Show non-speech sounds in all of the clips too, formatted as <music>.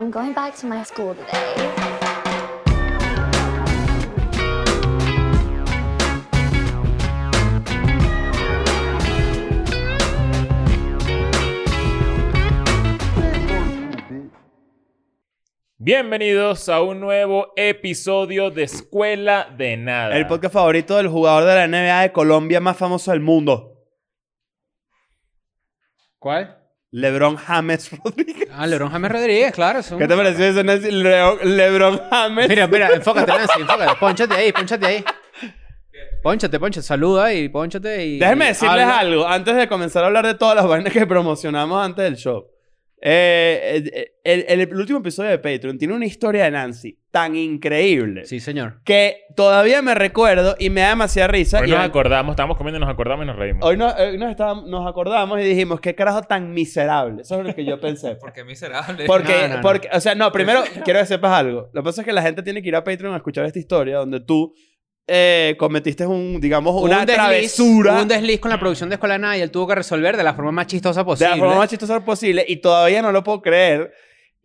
I'm going back to my school today. Bienvenidos a un nuevo episodio de Escuela de Nada. El podcast favorito del jugador de la NBA de Colombia más famoso del mundo, ¿Cuál? LeBron James <laughs> Rodríguez. Ah, LeBron James Rodríguez, claro. es un- ¿Qué te pareció eso, Nancy? Leo- LeBron James. <laughs> Mira, mira, enfócate, Nancy, enfócate. Pónchate ahí, pónchate ahí. Pónchate, pónchate. Saluda y pónchate y... Déjenme decirles habla. algo antes de comenzar a hablar de todas las vainas que promocionamos antes del show. Eh, eh, el, el- el último episodio de Patreon tiene una historia de Nancy tan increíble Sí, señor. que todavía me recuerdo y me da demasiada risa. Hoy y nos al- acordamos, estábamos comiendo, nos acordamos y nos reímos. Hoy no- hoy nos, estábamos- nos acordamos y dijimos, qué carajo tan miserable. Eso es lo que yo pensé. <laughs> Porque miserable. Porque, No, no, no. porque o sea, <laughs> no, primero quiero que sepas algo. Lo que pasa es que la gente tiene que ir a Patreon a escuchar esta historia donde tú eh, cometiste un, digamos, una Un desliz- travesura Un desliz con la producción de Escuela de Nada y él tuvo que resolver de la forma más chistosa de posible. la forma más chistosa posible y todavía no lo puedo creer.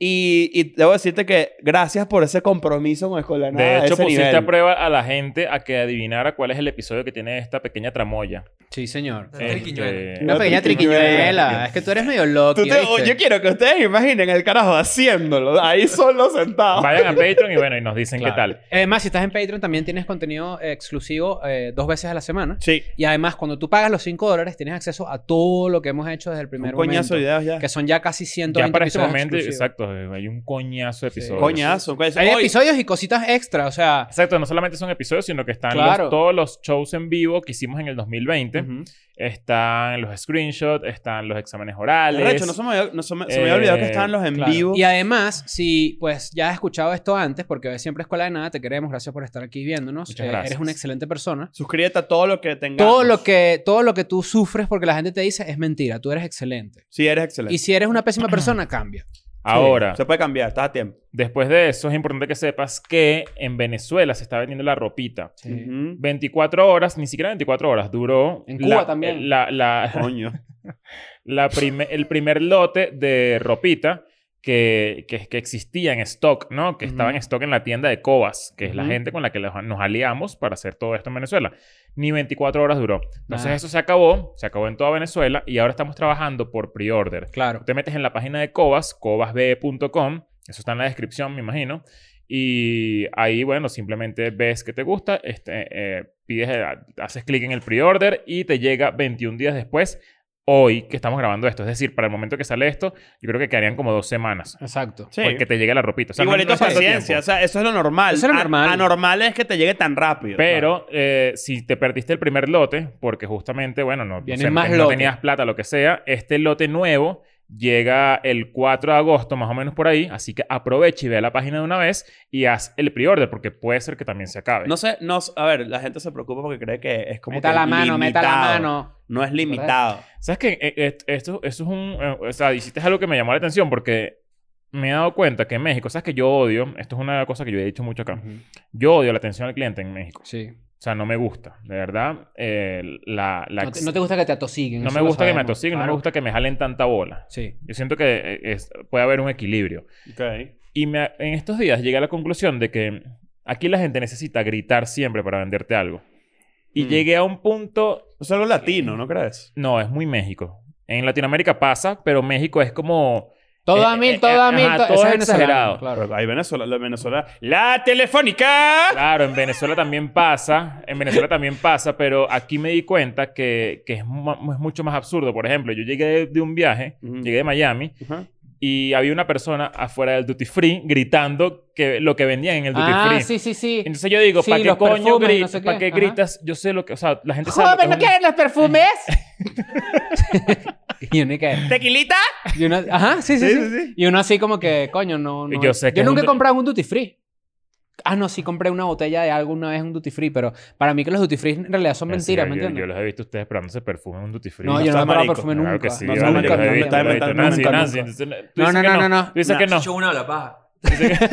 Y, y debo decirte que gracias por ese compromiso con Escuela de Nada. de a hecho, ese pusiste nivel. a prueba a la gente a que adivinara cuál es el episodio que tiene esta pequeña tramoya. Sí, señor. Este, Una triquiñuela. Una No, pequeña triquiñuela. triquiñuela. Es que tú eres medio loco. Este, Tú te- yo quiero que ustedes imaginen el carajo haciéndolo, ahí solo sentado. Vayan a Patreon y bueno, y nos dicen Claro. qué tal. Además, si estás en Patreon, también tienes contenido eh, exclusivo eh, dos veces a la semana. Sí, Y además, cuando tú pagas los 5 dólares, tienes acceso a todo lo que hemos hecho desde el un primer coñazo de momento. ideas ya. Que son ya casi 120 Ya para este episodios momento, exclusivos. exacto, eh, hay un coñazo de Sí. episodios. Coñazo. coñazo. Hay Hoy- episodios y cositas extra, o sea... Exacto, no solamente son episodios, sino que están los- Claro. todos los shows en vivo que hicimos en el 2020. Ujú. Están los screenshots, están los exámenes orales. Recho, no se me había, no se me- se me había olvidado que Eh, estaban los en claro. vivo. Y además, si pues ya has escuchado esto antes, porque siempre Escuela de Nada, te queremos, gracias por estar aquí viéndonos. Muchas Eh, gracias. pues. Eres una excelente persona. Suscríbete a todo lo que tengamos. Todo lo, que, todo lo que tú sufres porque la gente te dice es mentira, tú eres excelente. Sí, eres excelente. Y si eres una pésima <clears throat> persona, cambia. Ahora, Sí, se puede cambiar, estás a tiempo. después de eso, es importante que sepas que en Venezuela se está vendiendo la ropita. Ujú. <laughs> 24 horas, ni siquiera 24 horas, duró. En Cuba la- eh, también. La, la, <laughs> Coño. la prime- el primer lote de ropita que, que, que existía en stock, ¿no? Que estaba en Ujú. stock en la tienda de Cobas, que es la Ujú. gente con la que los- nos aliamos para hacer todo esto en Venezuela. Ni 24 horas duró. Entonces Ah. eso se acabó, se acabó en toda Venezuela y ahora estamos trabajando por pre-order. Claro. Te metes en la página de Cobas, cobasbe.com, eso está en la descripción, me imagino. Y ahí, bueno, simplemente ves que te gusta, este, eh, pides, eh, haces clic en el pre-order y te llega 21 días después, hoy que estamos grabando esto. Es decir, para el momento que sale esto, yo creo que quedarían como dos semanas. Exacto. Sí. Porque te llegue la ropita. O sea, no- Igualito no es tanto paciencia. tiempo. O sea, eso es lo normal. Eso es lo A- normal. anormal es que te llegue tan rápido. Pero eh, si te perdiste el primer lote, porque justamente, bueno, no, no Vienen sé, no más ten- no lotes. tenías plata, lo que sea, este lote nuevo llega el 4 de agosto, más o menos por ahí. Así que aprovecha y ve a la página de una vez y haz el pre-order, porque puede ser que también se acabe. No sé, no, a ver, la gente se preocupa porque cree que es como. meta que la mano, meta la limitado. mano. No es limitado. ¿Sabes qué? Eh, eh, Esto, eso es un... eh, O sea, hiciste algo que me llamó la atención porque me he dado cuenta que en México, ¿sabes que yo odio? Esto es una cosa que yo he dicho mucho acá. Yo odio la atención al cliente en México. Sí. O sea, no me gusta. De verdad, eh, la... la No te, no te gusta que te atosiguen. no eso me lo gusta que me sabemos. atosiguen, no me Claro. gusta que me jalen tanta bola. Sí. Yo siento que eh, es- puede haber un equilibrio. Ok. Y me- en estos días llegué a la conclusión de que aquí la gente necesita gritar siempre para venderte algo. Y Mm. llegué a un punto... Es algo latino, ¿no crees? No, es muy México. En Latinoamérica pasa, pero México es como... Todo Eh, a mil, eh, todo a eh, mil. ajá, to- todo eso es venezolano, exagerado. Claro. Pero hay Venezuela, la Venezuela. ¡La telefónica! Claro, en Venezuela también pasa, en Venezuela también pasa, pero aquí me di cuenta que, que es, mu- es mucho más absurdo. Por ejemplo, yo llegué de, de un viaje, Ujú. llegué de Miami Ajá. y había una persona afuera del duty free gritando que lo que vendían en el duty Ah, free. sí, sí, sí. Entonces yo digo, Sí, ¿para qué los coño perfumes, gritas? no sé qué. ¿Para qué Ajá. gritas? Yo sé lo que, o sea, la gente sabe. lo que ¡Joven, es no un- <laughs> quieren los perfumes! <laughs> y uno que... ¿Tequilita? Ah, Y uno, ajá, sí sí, Sí, sí, sí, sí. Y uno así como que, coño, no. no- Yo sé que es nunca un- he comprado un duty free. Ah, no, sí compré una botella de algo una vez un duty free, pero para mí que los duty free en realidad son Eh, sí, mentiras, yo- ¿me yo, entiendes? yo los he visto a ustedes probándose perfume en un duty free. no, no yo no he seas comprado marico. perfume Claro nunca. que sí, no, vale, nunca, yo los nunca, he visto, yo nunca, los he visto. nunca, Nancy, nunca, Nancy, nunca. entonces, tú No, dices no, que no, no, no. Tú dices que no. Yo una la paja. Tú dices que-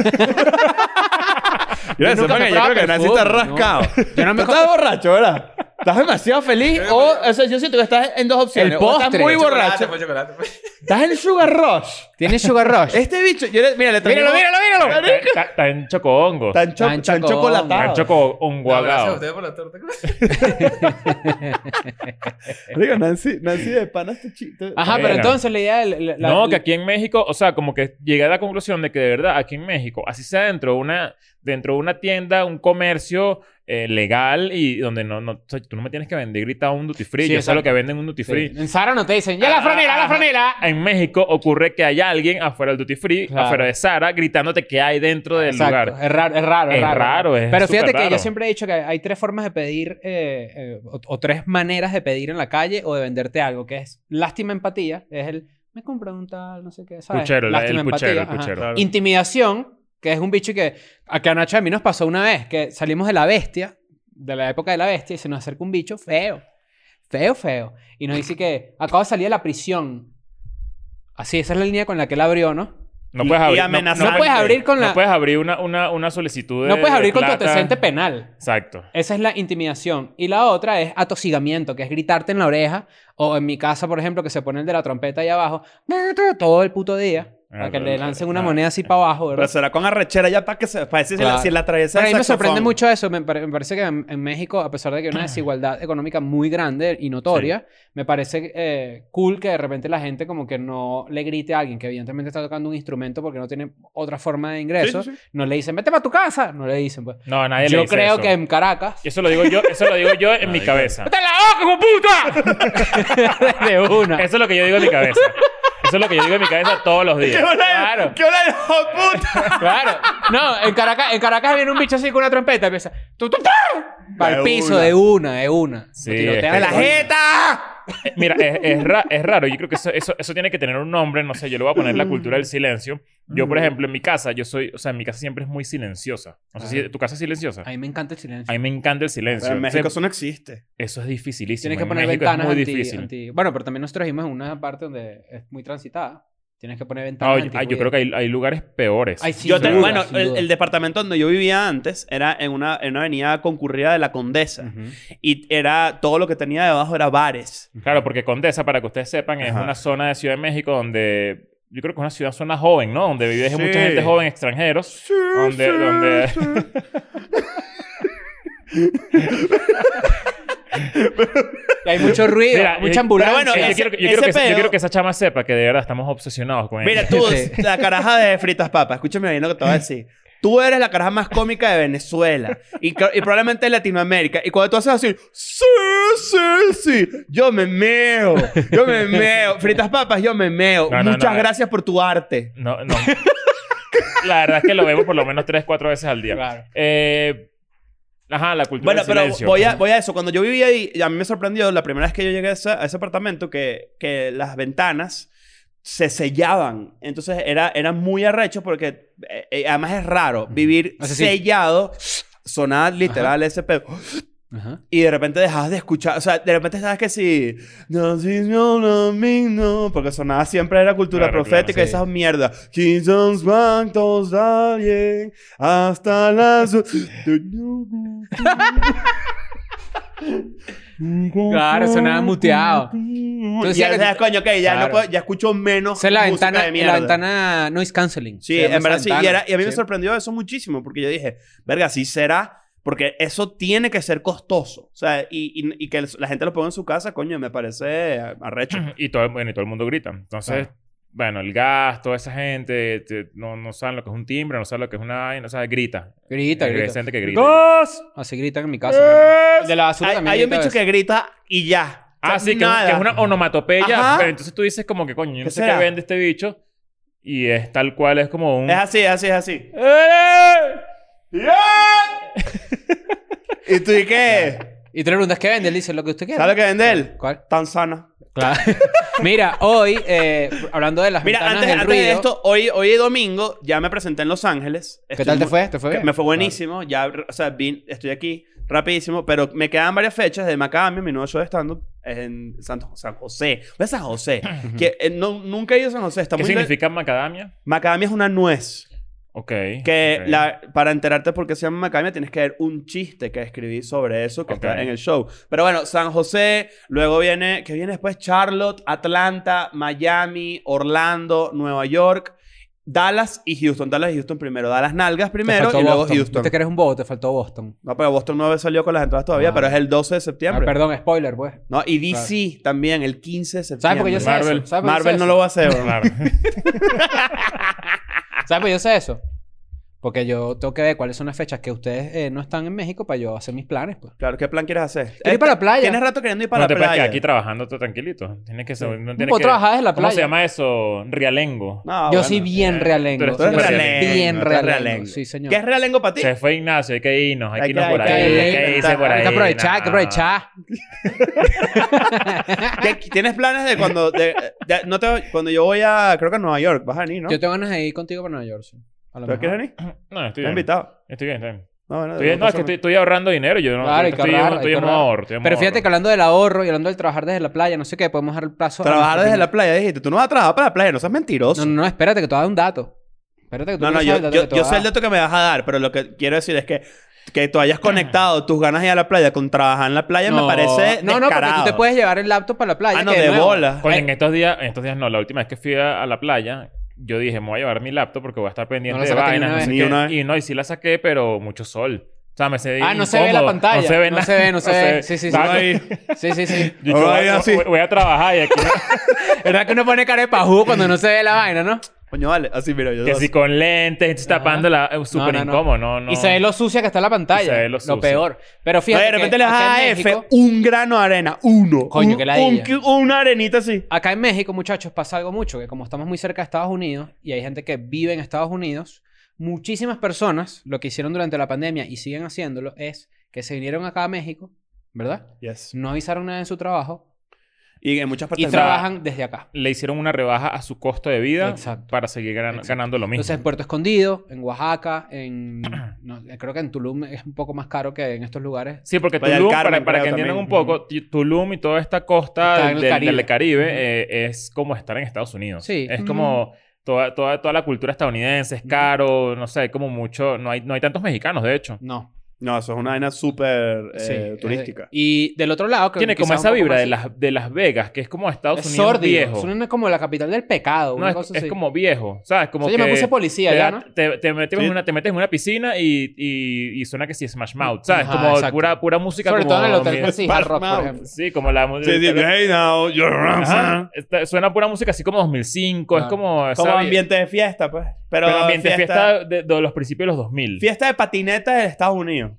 Yo, nunca sepa he que yo comprado creo que Nancy está perfume, no. rascado. <laughs> Yo no me Tú estás borracho, ¿verdad? ¿Estás demasiado feliz? Yo O, creo que- o sea, yo siento que estás en dos opciones. El O estás postre. muy Chocolate, borracho. Fue chocolate, fue- Estás en Sugar Rush. Tiene Sugar <laughs> Rush. Este bicho, yo le, mira, le ¡Míralo, trajimos- míralo, míralo! Marico. Está- Está en chocohongos. Tan, cho- Tan tan chocón. Está chocolatado. en chocohongo No, gracias a agado. ustedes por la torta. Marico, Nancy, Nancy de pana este chito. Ajá, pero Bueno. entonces la idea del- la- la- No, que aquí en México, o sea, como que llegué a la conclusión de que de verdad aquí en México, así sea dentro de una, dentro de una tienda, un comercio eh, legal y donde no, no, o sea, tú no me tienes que vender gritado un duty free. Sí, yo sé lo exacto. que venden un duty Sí. free. Ah, En Sara no te dicen, ¡ya la franela, la franela! En México ocurre que hay alguien afuera del duty free, Claro. afuera de Sara, gritándote qué hay dentro del Exacto. lugar. Es raro, es raro. Es raro, es Pero fíjate súper que raro. yo siempre he dicho que hay tres formas de pedir, eh, eh, o, o tres maneras de pedir en la calle o de venderte algo, que es lástima, empatía, es el, me compro un tal, no sé qué, ¿sabes? Puchero, el- lástima, el puchero, el empatía, ajá. puchero. Claro. Intimidación, que es un bicho que a que anoche a mí nos pasó una vez, que salimos de la bestia, de la época de la bestia, y se nos acerca un bicho feo, feo, feo, y nos dice que acabo de salir de la prisión. Así, esa es la línea con la que él abrió, ¿no? No Y- puedes y abrir, amenazante. no, No puedes abrir con la... Ah, no puedes abrir una, una, una solicitud de No puedes Pues, de abrir con tu plata. antecedente penal. Exacto. Esa es la intimidación. Y la otra es atosigamiento, que es gritarte en la oreja. O en mi casa, por ejemplo, que se pone el de la trompeta ahí abajo. Todo el puto día. Para Ah, que le lancen una moneda así para abajo, Pero ¿verdad? será con arrechera ya para que se. Para decir si la, Claro. si la atraviesa Pero a el mí me sorprende saxofón. mucho eso. Me, pare- me parece que en, en México, a pesar de que hay <clears throat> una desigualdad económica muy grande y notoria, me parece eh, cool que de repente la gente como que no le grite a alguien que evidentemente está tocando un instrumento porque no tiene otra forma Sí, de sí, ingreso. sí. No le dicen, vete para tu casa. No le dicen, pues. No, nadie le Yo dice creo eso. que <laughs> en Caracas... Eso lo digo yo, eso lo digo yo en mi cabeza. ¡Te la boca, puta! <laughs> de una. Eso es lo que yo digo en mi cabeza. Eso es lo que yo digo en mi cabeza todos los días. Claro, ¡Qué hola, hijo de puta! claro. No, en Caracas, en Caracas viene un bicho así con una trompeta y empieza... ¡Tu, tu, tu! Para De el piso, una. de una, de una. Sí, Lo es tirotean en <laughs> la ¡La que- gente. jeta! Eh, Mira, es, es ra- es raro. Yo creo que eso, eso, eso tiene que tener un nombre. No sé, yo le voy a poner la Mm. cultura del silencio. Yo, por ejemplo, en mi casa, yo soy... O sea, mi casa siempre es muy silenciosa. No sé si tu casa es silenciosa. A mí me encanta el A silencio. mí me encanta el silencio. Pero en México O sea, eso no existe. eso es dificilísimo. Tienes que En poner México ventanas Es muy anti, difícil. anti- Bueno, pero también nosotros vivimos en una parte donde es muy transitada. Tienes que poner No, ventanas yo, ay, yo creo que hay, hay lugares peores. Ay, sí, yo sin te- duda, bueno, sin el, duda. el departamento donde yo vivía antes era en una, en una avenida concurrida de la Condesa. Y era todo lo que tenía debajo era bares. Claro, porque Condesa, para que ustedes sepan, es Ajá. una zona de Ciudad de México donde... Yo creo que es una ciudad, zona joven, ¿no? Donde vive mucha Sí. gente joven, extranjeros. donde... donde... hay mucho ruido, Mira, eh, mucha pero ambulancia. bueno, Yo Ese- quiero, que- yo ese quiero que, esa- yo pedo- quiero que esa chama sepa que de verdad estamos obsesionados con ella. Mira, tú, Sí. la caraja de fritas papas. Escúchame bien lo que te voy a decir. Tú eres la caraja más cómica de Venezuela y, cr- y probablemente de Latinoamérica. Y cuando tú haces así, sí, sí, sí, yo me meo, yo me meo. Fritas papas, yo me meo. No, no, Muchas no. gracias por tu arte. No, no. La verdad es que lo vemos por lo menos tres, cuatro veces al día. Claro. Eh, ajá, la cultura Bueno, del pero silencio. voy a, voy a eso. Cuando yo vivía ahí, a mí me sorprendió la primera vez que yo llegué a ese, a ese apartamento que, que las ventanas se sellaban. Entonces era, era muy arrecho porque eh, eh, además es raro vivir Hace así. sellado. Sonaba literal ese pedo. Ajá. Y de repente dejabas de escuchar. O sea, de repente estabas que si. No, si, no, no, mi, no. Porque sonaba siempre era cultura Claro, profética claro, y sí. esas mierdas. Quizás van todos a bien hasta las. <laughs> Claro, sonaba muteado. Y ya decías que- sabes, coño, ok, ya, Claro. no puedo- ya escucho menos. Esa es la música ventana, de la mierda. ventana noise canceling. Sí, Se llama en verdad esa sí. Y, ventana. era- y a mí me Sí. sorprendió eso muchísimo, porque yo dije, verga, sí será, porque eso tiene que ser costoso. O sea, y, y- y que el- la gente lo ponga en su casa, coño, me parece arrecho. Y todo, bueno, y todo el mundo grita. Entonces, bueno, el gas, toda esa gente te- no, no saben lo que es un timbre, no saben lo que es una... vaina, No saben, grita. Grita, Eh, grita. Esa gente que grita. ¡Gas! Así gritan en mi casa. El de la basura Hay, también. hay un grita bicho eso. que grita y ya. O sea, Ah, sí, que, es un- nada. que es una onomatopeya. Ajá. Pero entonces tú dices como que, coño, yo ¿Qué no sé será? qué vende este bicho. Y es tal cual, es como un... Es así, es así, es así. ¿Y tú y <laughs> qué? Y tú le preguntas qué vende, él dice lo que usted quiere. ¿Sabes lo que vende él? ¿Cuál? <laughs> Tanzana. Claro. <laughs> Mira, hoy, eh, hablando de las Mira, ventanas antes, del antes ruido, de esto, hoy, hoy es domingo, ya me presenté en Los Ángeles. ¿qué Estoy tal te muy- fue? ¿Te fue que bien? Me fue buenísimo. Ya, o sea, vin- estoy aquí rapidísimo, pero me quedan varias fechas de Macadamia, mi nuevo show de stand-up en Santo- San José. ¿Ves San José? que eh, no- nunca he ido a San José. Está ¿Qué muy le- significa macadamia? Macadamia es una nuez. Ok. Que ok. la- para enterarte por qué se llama Macadamia tienes que ver un chiste que escribí sobre eso que Ok. está en el show. Pero bueno, San José, luego viene, que viene después Charlotte, Atlanta, Miami, Orlando, Nueva York, Dallas y Houston. Dallas y Houston primero. Dallas Nalgas Te primero faltó y luego Boston. Houston. Viste que eres un bobo, te faltó Boston. No, pero Boston no salió con las entradas todavía, Ah. pero es el 12 de Ah, septiembre. perdón, spoiler, pues. no, y DC también, el 15 de septiembre. ¿Sabes por qué yo sé Marvel. eso? ¿Sabes por qué yo sé Marvel no eso? lo va a hacer. <laughs> bro. <laughs> Claro. ¿Sabes por qué yo sé eso? Porque yo tengo que ver cuáles son las fechas que ustedes eh, no están en México para yo hacer mis planes, pues. Claro, ¿qué plan quieres hacer? Quiero ir para la playa. Este, Tienes rato queriendo ir para no te la puedes playa. quedar aquí trabajando tú tranquilito. Tienes que... No, No tienes puedo que- trabajar desde la ¿Cómo playa. se llama eso? Rialengo. No, yo Ah, bueno. soy bien Eh, realengo. tú eres Yo soy realengo, Bien tú eres realengo. realengo. Sí, señor. ¿Qué es realengo para ti? Se fue Ignacio, hay que irnos, hay que Hay irnos que- por hay que ahí, hay que irnos, irse por ahí. Hay que aprovechar, hay no. que aprovechar. ¿Qué- ¿Tienes planes de cuando de- de- no te- cuando yo voy a creo que a Nueva York vas a venir, ¿no? Yo tengo ganas de ir contigo para Nueva York. sí. A lo ¿Pero quieres mejor. venir? No, estoy Te he bien. invitado. Estoy bien, estoy bien. No, bueno, Estoy bien, No, es que estoy, estoy ahorrando dinero. Yo no Claro, hay que estoy, ahorrar, estoy hay en que modo ahorrar. ahorro, estoy en Pero modo fíjate que ahorro. hablando del ahorro y hablando del trabajar desde la playa, no sé qué, podemos dar el plazo. a Trabajar nuestra desde la primera- playa, dijiste, tú no vas a trabajar para la playa, no seas mentiroso. No, no, no, espérate que te voy a dar un dato. Espérate que tú No, no, sabes yo, el dato yo, que te yo voy a sé el dar. dato que me vas a dar, pero lo que quiero decir es que, que tú hayas conectado tus ganas de ir a la playa con trabajar en la playa me parece No, no, porque tú descarado. te puedes llevar el laptop para la playa. Ah, no, que de nuevo- bola. Coño, en estos días, en estos días no, la última vez que fui a, a la playa, yo dije, me voy a llevar mi laptop porque voy a estar pendiente No la de sacaste vainas. ni una no vez. sé Ni qué. una vez. Y no, y sí la saqué, pero mucho sol. O sea, me sé Ah, no se ve la incómodo, <laughs> pantalla. No se ve No nada. se ve, no se ve. Sí, sí, sí. Estaba No como- hay- Sí, sí, sí. Yo No voy, hay así. voy- voy a trabajar y aquí... <laughs> ¿Verdad que uno pone cara de pajú cuando no se ve la vaina, no? Coño, vale, así mira, yo que si con lentes, entonces Ajá. tapando la... Es súper no, no. incómodo, no, no. Y se ve lo sucia que está la pantalla. Y se ve lo Lo sucio. peor. Pero No, fíjate. de repente que le das acá a en F México- un grano de arena, uno. Coño, Un- qué ladilla. un- Una arenita así. Acá en México, muchachos, pasa algo mucho, que como estamos muy cerca de Estados Unidos y hay gente que vive en Estados Unidos, muchísimas personas lo que hicieron durante la pandemia y siguen haciéndolo es que se vinieron acá a México, ¿verdad? No avisaron nada en su trabajo Y en muchas y partes del- trabajan desde acá. Le hicieron una rebaja a su costo de vida Exacto. para seguir gran- Exacto. ganando lo mismo. Entonces, en Puerto Escondido, en Oaxaca, en... no, creo que en Tulum es un poco más caro que en estos lugares. Sí, porque Playa del Tulum, Carmen, para, para creo, que entiendan también. un poco, Ti- Tulum y toda esta costa Está en el del del Caribe, Caribe. Ujú. eh, es como estar en Estados Unidos. Sí. Es Ujú. como toda, toda, toda la cultura estadounidense, es caro, no sé, hay como mucho, no hay, no hay tantos mexicanos, de hecho. No. No, eso es una arena súper eh, Sí, es de- turística. Y del otro lado... creo que Tiene como quizá un esa poco vibra más- de las, de las Vegas, que es como Estados Es Unidos sórdido. viejo. Suena como la capital del pecado. No, una es, cosa es así. como viejo, ¿sabes? Como Oye, que me puse policía te, ya, da- ¿no? te, te metes en Sí. una, te metes en una piscina y, y, y suena que si es Smash Mouth, ¿sabes? Mm, Ajá, como exacto. pura, pura música Sobre como... todo en el Hotel bien- <laughs> Francis Hard Rock, por Paramount. ejemplo. Sí, como la música... Sí, sí, hey now, you're Ajá. Está- suena pura música así como 2005. Claro. Es como... Como ¿sabes? ambiente de fiesta, pues. Pero, Pues Pero ambiente fiesta, fiesta, de, de los principios de los 2000. fiesta de patineta de Estados Unidos.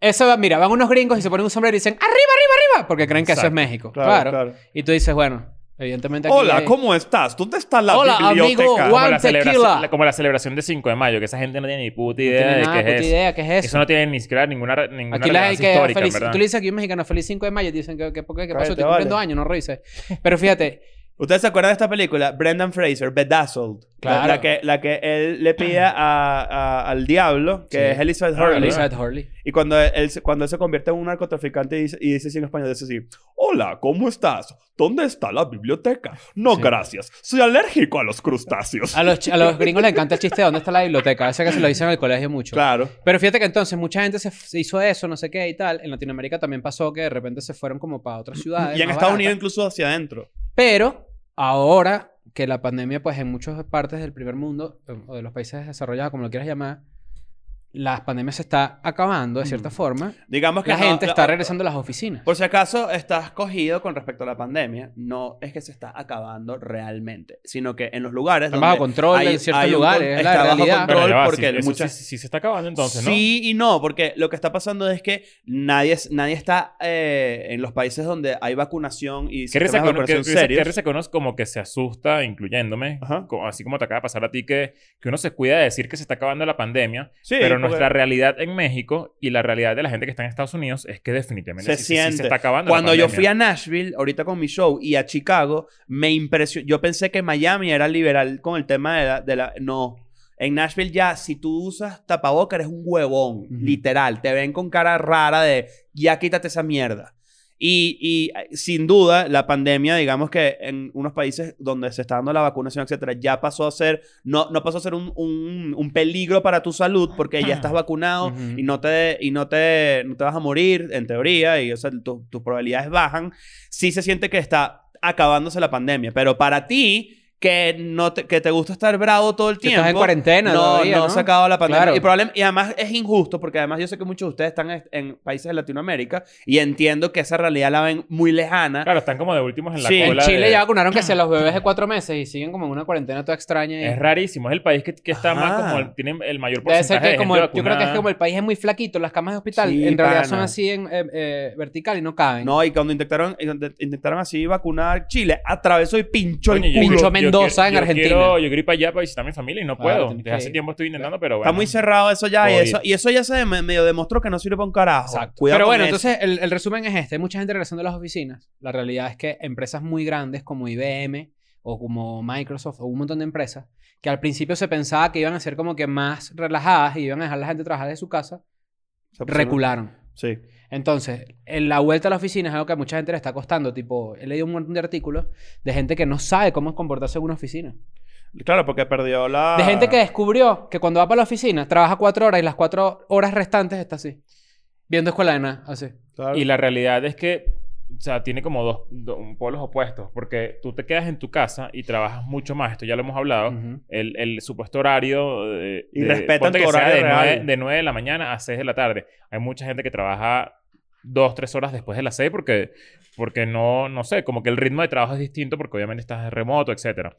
Eso, va- mira, van unos gringos y se ponen un sombrero y dicen ¡Arriba, arriba, arriba! Porque creen que eso es Exacto. México. Claro, Claro. claro. Y tú dices, bueno, evidentemente aquí Hola, hay- ¿cómo estás? ¿Dónde está la Hola, amigo. biblioteca? Como One la, tequila. celebración, la- como la celebración de 5 de mayo, que esa gente no tiene ni puta No idea tiene de nada, qué puta es eso. idea, ¿qué es Eso eso? no tiene ni siquiera ninguna, re- ninguna Aquí la hay relevancia que histórica, feliz, ¿verdad? tú le dices aquí un mexicano feliz 5 de mayo y dicen que, que- ¿por qué, ¿Qué pasó? Cállate, Estoy cumpliendo vale. años, no revisé. Pero fíjate, ¿Ustedes se acuerdan de esta película? Brendan Fraser, Bedazzled. La- Claro. La, que, la que él le pide a, a- al diablo, que Sí. <laughs> es Elizabeth Ah, Hurley. Elizabeth Hurley. Y cuando él, se- cuando él se convierte en un narcotraficante y dice, y dice así en español, dice así, hola, ¿cómo estás? ¿Dónde está la biblioteca? No, Sí. gracias. Soy alérgico a los crustáceos. A los, ch- a los gringos les encanta el chiste de dónde está la biblioteca. Ese que se lo dicen en el colegio mucho. Claro. Pero fíjate que entonces mucha gente se, f- se hizo eso, no sé qué y tal. En Latinoamérica también pasó que de repente se fueron como para otras ciudades. Y en más Estados baratas. Unidos incluso hacia adentro. Pero ahora que la pandemia, pues en muchas partes del primer mundo eh, o de los países desarrollados, como lo quieras llamar, las pandemias se está acabando de cierta forma. Digamos que La no- gente la- está regresando a las oficinas. Por si acaso estás cogido con respecto a la pandemia, no es que se está acabando realmente, sino que en los lugares Está bajo control en ciertos un lugares, con- es la está bajo realidad. Pero control ya va, sí, porque eso muchas sí, sí se está acabando entonces, ¿no? Sí y no, porque lo que está pasando es que nadie, nadie está eh, en los países donde hay vacunación y Que sistemas risa de que, uno- que, vacunación risa- que serios. risa que uno es como que se asusta, incluyéndome, Ajá. co- así como te acaba de pasar a ti, que, que uno se cuida de decir que se está acabando la pandemia, Sí, pero porque nuestra realidad en México y la realidad de la gente que está en Estados Unidos es que definitivamente se sí- sí- sí siente. se está acabando Cuando la yo pandemia. fui a Nashville, ahorita con mi show, y a Chicago, me impresionó. Yo pensé que Miami era liberal con el tema de la, de la- No. En Nashville ya, si tú usas tapabocas, eres un huevón, Ujú. literal. Te ven con cara rara de, ya quítate esa mierda. Y, y, eh, sin duda, la pandemia, digamos que en unos países donde se está dando la vacunación, etcétera, ya pasó a ser, no, no pasó a ser un, un- un peligro para tu salud porque ya estás vacunado Ujú. y, no te, y no, te, no te vas a morir, en teoría, y o sea, tu- tus probabilidades bajan. Sí se siente que está acabándose la pandemia, pero para ti. Que, no te, que te gusta estar bravo todo el Que tiempo. estás en cuarentena No, todavía, no, ¿no? se acabó la pandemia. Claro. Y, probable- y además es injusto porque además yo sé que muchos de ustedes están est- en países de Latinoamérica y entiendo que esa realidad la ven muy lejana. Claro, están como de últimos en la Sí, En cola. Chile de- ya vacunaron que se los bebés de cuatro meses y siguen como en una cuarentena toda extraña. y- Es rarísimo. Es el país que, que está más Ajá. como... el- Tiene el mayor Debe porcentaje ser que de como gente el- yo creo que es vacunada. como el país es muy flaquito, las camas de hospital Sí, en realidad son pana. así en eh, eh, vertical y no caben. No, y cuando intentaron, int- intentaron así vacunar Chile, atravesó y pinchó el Coño, yo- culo. Pincho yo- yo Mendoza quiero- en yo Argentina. Quiero, yo quiero ir para allá para visitar a mi familia y no Claro, puedo. tienes Desde que hace ir. tiempo estoy intentando, pero bueno. Está muy cerrado eso ya. Y Jodido. eso, y eso ya se me- medio demostró que no sirve para un carajo. Exacto. Cuidado Pero con bueno, eso. entonces el, el resumen es este. Hay mucha gente regresando a las oficinas. La realidad es que empresas muy grandes como IBM o como Microsoft o un montón de empresas que al principio se pensaba que iban a ser como que más relajadas y iban a dejar a la gente trabajar de su casa, Se pusieron- recularon. Sí. Entonces, en la vuelta a la oficina es algo que a mucha gente le está costando. Tipo, he leído un montón de artículos de gente que no sabe cómo comportarse en una oficina. Claro, porque perdió la. De gente que descubrió que cuando va para la oficina trabaja cuatro horas y las cuatro horas restantes está así. Viendo escuela de nada, así. Claro. Y la realidad es que, o sea, tiene como dos, do- polos opuestos, porque tú te quedas en tu casa y trabajas mucho más, esto ya lo hemos hablado, Ujú. el, el supuesto horario... De, Y de- respetan ponte tu que sea horario de nueve- real. de 9 de la mañana a 6 de la tarde. Hay mucha gente que trabaja dos, tres horas después de las 6 porque, porque no, no sé, como que el ritmo de trabajo es distinto porque obviamente estás remoto, etcétera.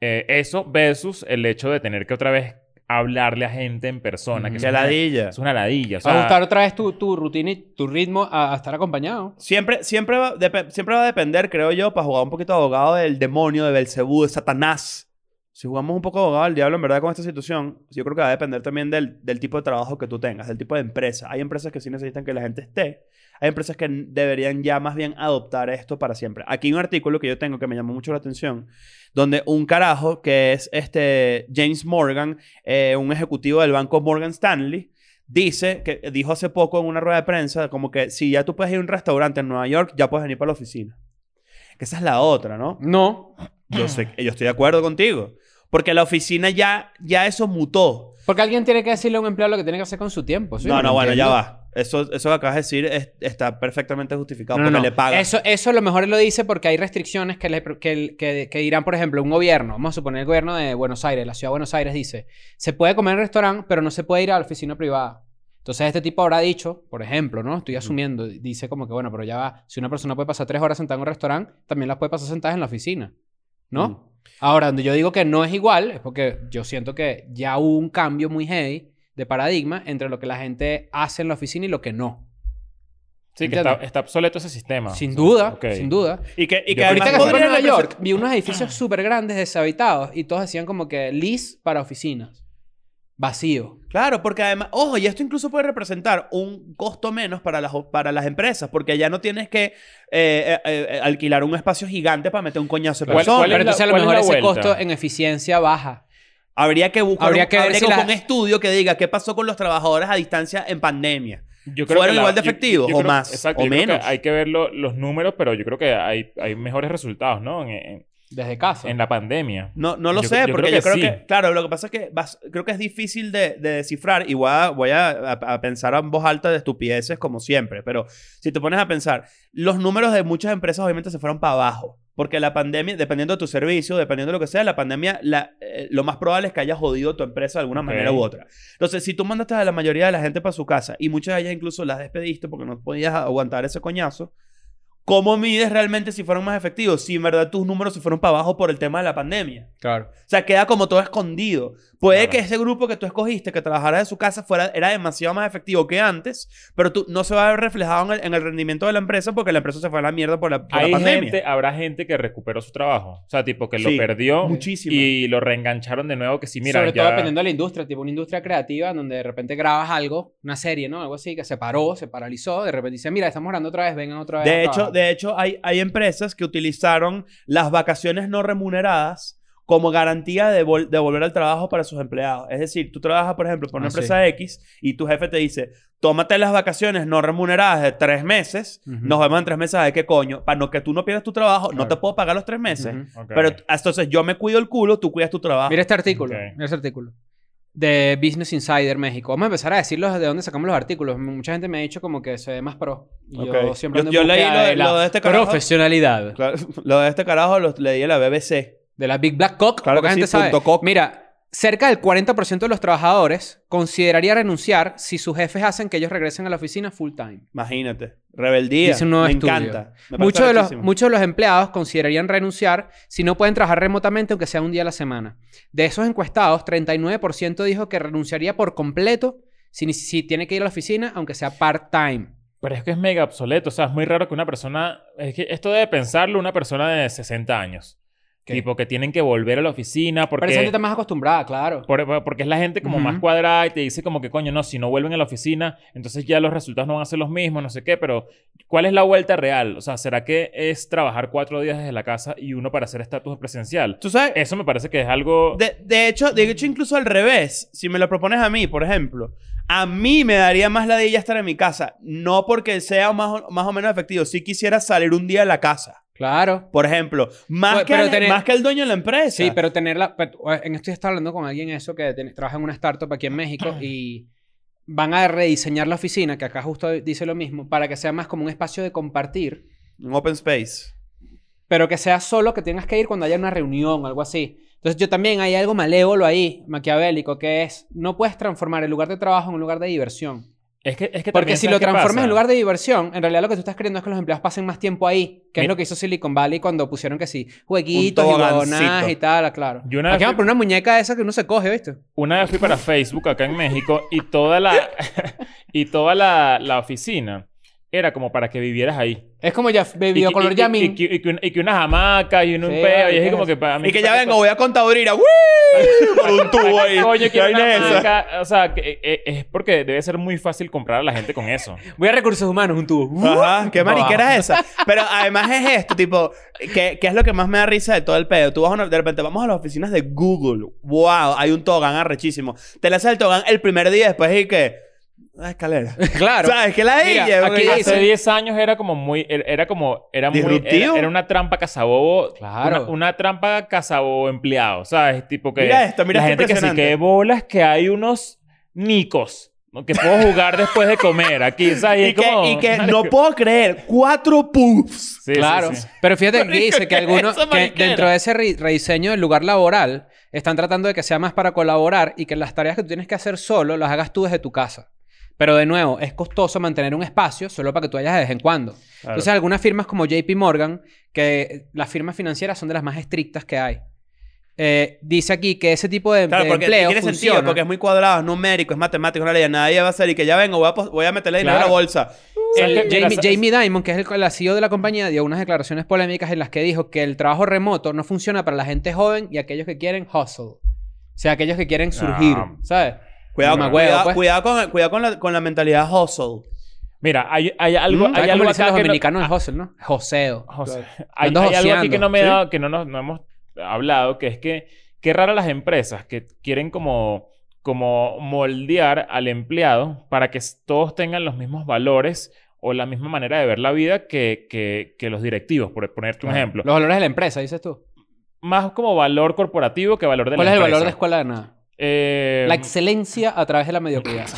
Eh, eso versus el hecho de tener que otra vez hablarle a gente en persona, que eso Ujú. Que es una- ladilla. es una ladilla. o va a sea, ajustar otra vez tu, tu rutina y tu ritmo a, a estar acompañado. Siempre, siempre, va, depe- siempre va a depender, creo yo, para jugar un poquito de abogado del demonio, de Belcebú, de Satanás. Si jugamos un poco de abogado del diablo, en verdad, con esta situación, yo creo que va a depender también del, del tipo de trabajo que tú tengas, del tipo de empresa. Hay empresas que sí necesitan que la gente esté. Hay empresas que n- deberían ya más bien adoptar esto para siempre. Aquí hay un artículo que yo tengo que me llamó mucho la atención, donde un carajo que es este James Morgan, eh, un ejecutivo del banco Morgan Stanley, dice que dijo hace poco en una rueda de prensa como que si ya tú puedes ir a un restaurante en Nueva York, ya puedes venir para la oficina. Que esa es la otra, ¿no? No, Yo sé, yo estoy de acuerdo contigo, porque la oficina ya ya eso mutó. porque alguien tiene que decirle a un empleado lo que tiene que hacer con su tiempo. ¿sí? no, no, bueno, ya entiendo. va. Eso eso que acabas de decir es- está perfectamente justificado No, porque no, no. pues le pagan. Eso, eso a lo mejor él lo dice porque hay restricciones que, le- que, el- que- que dirán, por ejemplo, un gobierno. Vamos a suponer el gobierno de Buenos Aires, la ciudad de Buenos Aires dice, se puede comer en el restaurante, pero no se puede ir a la oficina privada. Entonces este tipo habrá dicho, por ejemplo, ¿no? Estoy asumiendo, dice como que, bueno, pero ya va, si una persona puede pasar tres horas sentada en un restaurante, también las puede pasar sentadas en la oficina, ¿no? Mm. Ahora, donde yo digo que no es igual, es porque yo siento que ya hubo un cambio muy heavy de paradigma entre lo que la gente hace en la oficina y lo que no. Sí, que ¿Entiendes? está, está obsoleto ese sistema. Sin O sea, duda, Ah, ok. sin duda. Y que y que Yo- Ahorita que además fui para podrían Nueva empezar- York, vi unos edificios súper grandes deshabitados y todos decían como que lease para oficinas. Vacío. Claro, porque además, ojo, y esto incluso puede representar un costo menos para las, para las empresas, porque ya no tienes que eh, eh, eh, alquilar un espacio gigante para meter un coñazo de ¿Cuál- personas. cuál es Pero entonces a lo cuál es mejor la ese vuelta? costo en eficiencia baja. Habría que buscar Habría un, que ver habría si que buscar la- un estudio que diga qué pasó con los trabajadores a distancia en pandemia. Yo ¿Fueron la- igual de yo- efectivos yo o creo- más, Exacto. o yo creo que menos? hay que ver lo- los números, pero yo creo que hay, hay mejores resultados, ¿no? En, en- Desde casa. en la pandemia. No, no lo Yo- sé, yo porque creo yo creo que que, sí. claro, lo que pasa es que vas- creo que es difícil de, de descifrar y voy, a, voy a, a- a pensar en voz alta de estupideces como siempre, pero si te pones a pensar, los números de muchas empresas obviamente se fueron para abajo, porque la pandemia, dependiendo de tu servicio, dependiendo de lo que sea, la pandemia, la- eh, lo más probable es que haya jodido tu empresa de alguna Ok. manera u otra. Entonces, si tú mandaste a la mayoría de la gente para su casa y muchas de ellas incluso las despediste porque no podías aguantar ese coñazo, ¿cómo mides realmente si fueron más efectivos? Si en verdad tus números se fueron para abajo por el tema de la pandemia. Claro. O sea, queda como todo escondido. Puede Claro. que ese grupo que tú escogiste que trabajara de su casa fuera, era demasiado más efectivo que antes, pero tú no se va a ver reflejado en el, en el rendimiento de la empresa porque la empresa se fue a la mierda por la, por la Hay pandemia. gente, habrá gente que recuperó su trabajo. O sea, tipo que lo Sí, perdió muchísima. y lo reengancharon de nuevo. Que sí, mira, Sobre ya- todo dependiendo de la industria, tipo una industria creativa donde de repente grabas algo, una serie, ¿no? Algo así que se paró, se paralizó, de repente dicen, mira, estamos orando otra vez, vengan otra vez. a De hecho, trabajar". de hecho hay, hay empresas que utilizaron las vacaciones no remuneradas como garantía de, vol- de volver al trabajo para sus empleados. Es decir, tú trabajas, por ejemplo, por una Ah, sí. empresa X y tu jefe te dice, tómate las vacaciones no remuneradas de tres meses, Ujú. nos vemos en tres meses, ¿de qué coño? Para no que tú no pierdas tu trabajo, no Claro. te puedo pagar los tres meses. Ujú. Ok. Pero t- entonces yo me cuido el culo, tú cuidas tu trabajo. Mira este artículo. Ok. Mira este artículo. De Business Insider México. Vamos a empezar a decir los- de dónde sacamos los artículos. Mucha gente me ha dicho como que se ve más pro. Y Yo Ok. siempre Yo- ando en yo leí búsqueda lo- lo de este carajo. profesionalidad. Claro, <laughs> lo de este carajo lo leí en la BBC. De la Big Black Cock. Claro poca que sí, gente sabe. punto cock. Mira, cerca del 40% de los trabajadores consideraría renunciar si sus jefes hacen que ellos regresen a la oficina full time. Imagínate. Rebeldía. Dice un nuevo me estudio. encanta. Me parece Muchos de, los, arrechísimo. muchos de los empleados considerarían renunciar si no pueden trabajar remotamente aunque sea un día a la semana. De esos encuestados, 39% dijo que renunciaría por completo si, ni- si tiene que ir a la oficina aunque sea part-time. Pero es que es mega obsoleto. O sea, es muy raro que una persona. Es que esto debe pensarlo una persona de 60 años. ¿Qué? Tipo, que tienen que volver a la oficina Pero esa gente porque. está más acostumbrada, claro. por- por- porque es la gente como Ujú. más cuadrada y te dice como que coño, no, si no vuelven a la oficina, entonces ya los resultados no van a ser los mismos, no sé qué, pero ¿cuál es la vuelta real? O sea, ¿será que es trabajar cuatro días desde la casa y uno para hacer estatus presencial? Tú sabes, Eso me parece que es algo... De, de hecho, de hecho, incluso al revés. Si me lo propones a mí, por ejemplo, a mí me daría más la de ella estar en mi casa. No porque sea más o, más o menos efectivo. Si quisiera salir un día a la casa, Claro. por ejemplo. Más, Pues, que, pero al- tener- más que el dueño de la empresa. Sí, pero tenerla... pero, eh, En esto ya estaba hablando con alguien eso que tiene- trabaja en una startup aquí en México y van a rediseñar la oficina, que acá justo dice lo mismo, para que sea más como un espacio de compartir. Un open space. pero que sea solo que tengas que ir cuando haya una reunión o algo así. Entonces yo también hay algo malévolo ahí, maquiavélico, que es no puedes transformar el lugar de trabajo en un lugar de diversión. Es que, es que Porque también, si ¿sabes lo qué transformas pasa? en lugar de diversión, en realidad lo que tú estás queriendo es que los empleados pasen más tiempo ahí, que es Mi- lo que hizo Silicon Valley cuando pusieron que sí, jueguitos y tobogancito. huevonadas y tal, ah, claro. Yo una vez Aquí vamos fui- por una muñeca esa que uno se coge, ¿viste? Una vez fui para Facebook acá en México y toda la, <laughs> y toda la, la oficina era como para que vivieras ahí. Es como ya Y bebido que- color y que- yamin. Y, que- y que un- y que unas hamacas y un, un Sí, peo. vale, Y ¿qué es como es? que para mí. Y que ya para- vengo, <laughs> voy a contadurir. ¡Wii! Por <laughs> un tubo ahí. Coño, ¿Qué quiero vaina una es esa? hamaca. O sea, que, eh, eh, es porque debe ser muy fácil comprar a la gente con eso. Voy a recursos humanos, un tubo. Ajá, qué mariquera es esa. Pero además es esto, tipo, que, que es lo que más me da risa de todo el pedo. Tú vas a una- de repente, vamos a las oficinas de Google. ¡Wow! Hay un togan arrechísimo. Te lanzas el togan el primer día después y que. La escalera. claro. ¿Sabes? Que la Mira, ella, aquí güey. dice- Hace 10 años era como muy. Era era como. Era muy. Disruptivo. Era, era una trampa cazabobo. Claro. Una, una trampa cazabobo empleado, ¿sabes? Tipo que. Mira esto, mira La esto gente que sí, impresionante. que bolas que hay unos nicos. ¿no? Que puedo jugar después de comer aquí, ¿sabes? <laughs> Y que, como- y que no puedo creer, cuatro puffs. Sí, sí, claro. sí. Pero fíjate que dice que algunos, Eso, que mariquera. dentro de ese re- rediseño del lugar laboral, están tratando de que sea más para colaborar y que las tareas que tú tienes que hacer solo las hagas tú desde tu casa. Pero de nuevo, es costoso mantener un espacio solo para que tú vayas de vez en cuando. Entonces, algunas firmas como JP Morgan, que las firmas financieras son de las más estrictas que hay. eh, dice aquí que ese tipo de, Claro, de porque empleo tiene funciona. sentido, porque es muy cuadrado, es numérico, es matemático, no ley. Nadie va a hacer y que ya vengo, voy a, pos- voy a meterle dinero Claro. a la bolsa. ¿Sabes El qué? Mira, Jamie, sa- Jamie Dimon, que es el, la CEO de la compañía, dio unas declaraciones polémicas en las que dijo que el trabajo remoto no funciona para la gente joven y aquellos que quieren hustle. O sea, aquellos que quieren surgir, No. ¿sabes? Cuidado, Mamá huevo, cuidado, pues. cuidado con, cuidado con, la, con la mentalidad hustle. Mira, hay, hay algo. Mm, Hay ¿Sabes cómo algo le dicen acá los que no- dominicanos el hustle, no? Joseo. José, <laughs> hay, Ando hay algo aquí que joseando, no me he ¿sí? dado- que no nos no hemos hablado, que es que qué raro las empresas que quieren como como moldear al empleado para que s- todos tengan los mismos valores o la misma manera de ver la vida que, que, que los directivos, por ponerte un ejemplo. Los valores de la empresa, dices tú. Más como valor corporativo que valor de ¿Cuál la es el empresa. valor de escuela de nada? Eh, La excelencia a través de <laughs> la mediocridad.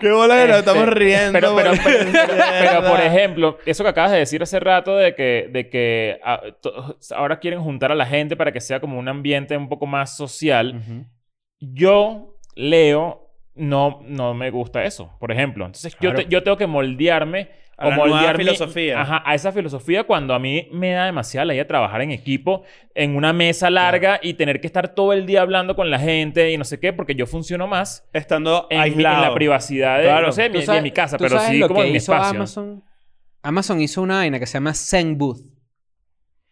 Qué bola que nos Este, estamos riendo. pero- pero- boludo. pero- <laughs> Pero, <laughs> por Mierda. ejemplo, eso que acabas de decir hace rato de que, de que ah, to- ahora quieren juntar a la gente para que sea como un ambiente un poco más social. Ujú. yo leo, no, no me gusta eso, por ejemplo. Entonces, yo, Claro. te- yo tengo que moldearme A la nueva moldear mi- filosofía. ajá, a esa filosofía cuando a mí me da demasiada la idea trabajar en equipo, en una mesa larga y tener que estar todo el día hablando con la gente y no sé qué, porque yo funciono más Estando en, mi- en aislado. la privacidad de, Claro. no sé, mi- ¿Tú sabes- de mi casa, tú pero sabes sí lo como que en mi hizo espacio. Amazon? Amazon hizo una vaina que se llama Zen Booth.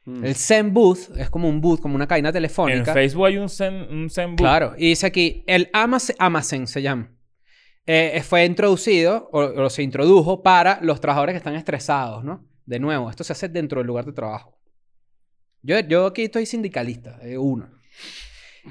Mm. El Zen Booth es como un booth, como una cabina En telefónica. Facebook hay un Zen, un zen book. Claro, y dice aquí, el Amazon, Amazon se llama. Eh, eh, fue introducido o, o se introdujo para los trabajadores que están estresados, ¿no? De nuevo, esto se hace dentro del lugar de trabajo. Yo, yo aquí estoy sindicalista, eh, uno.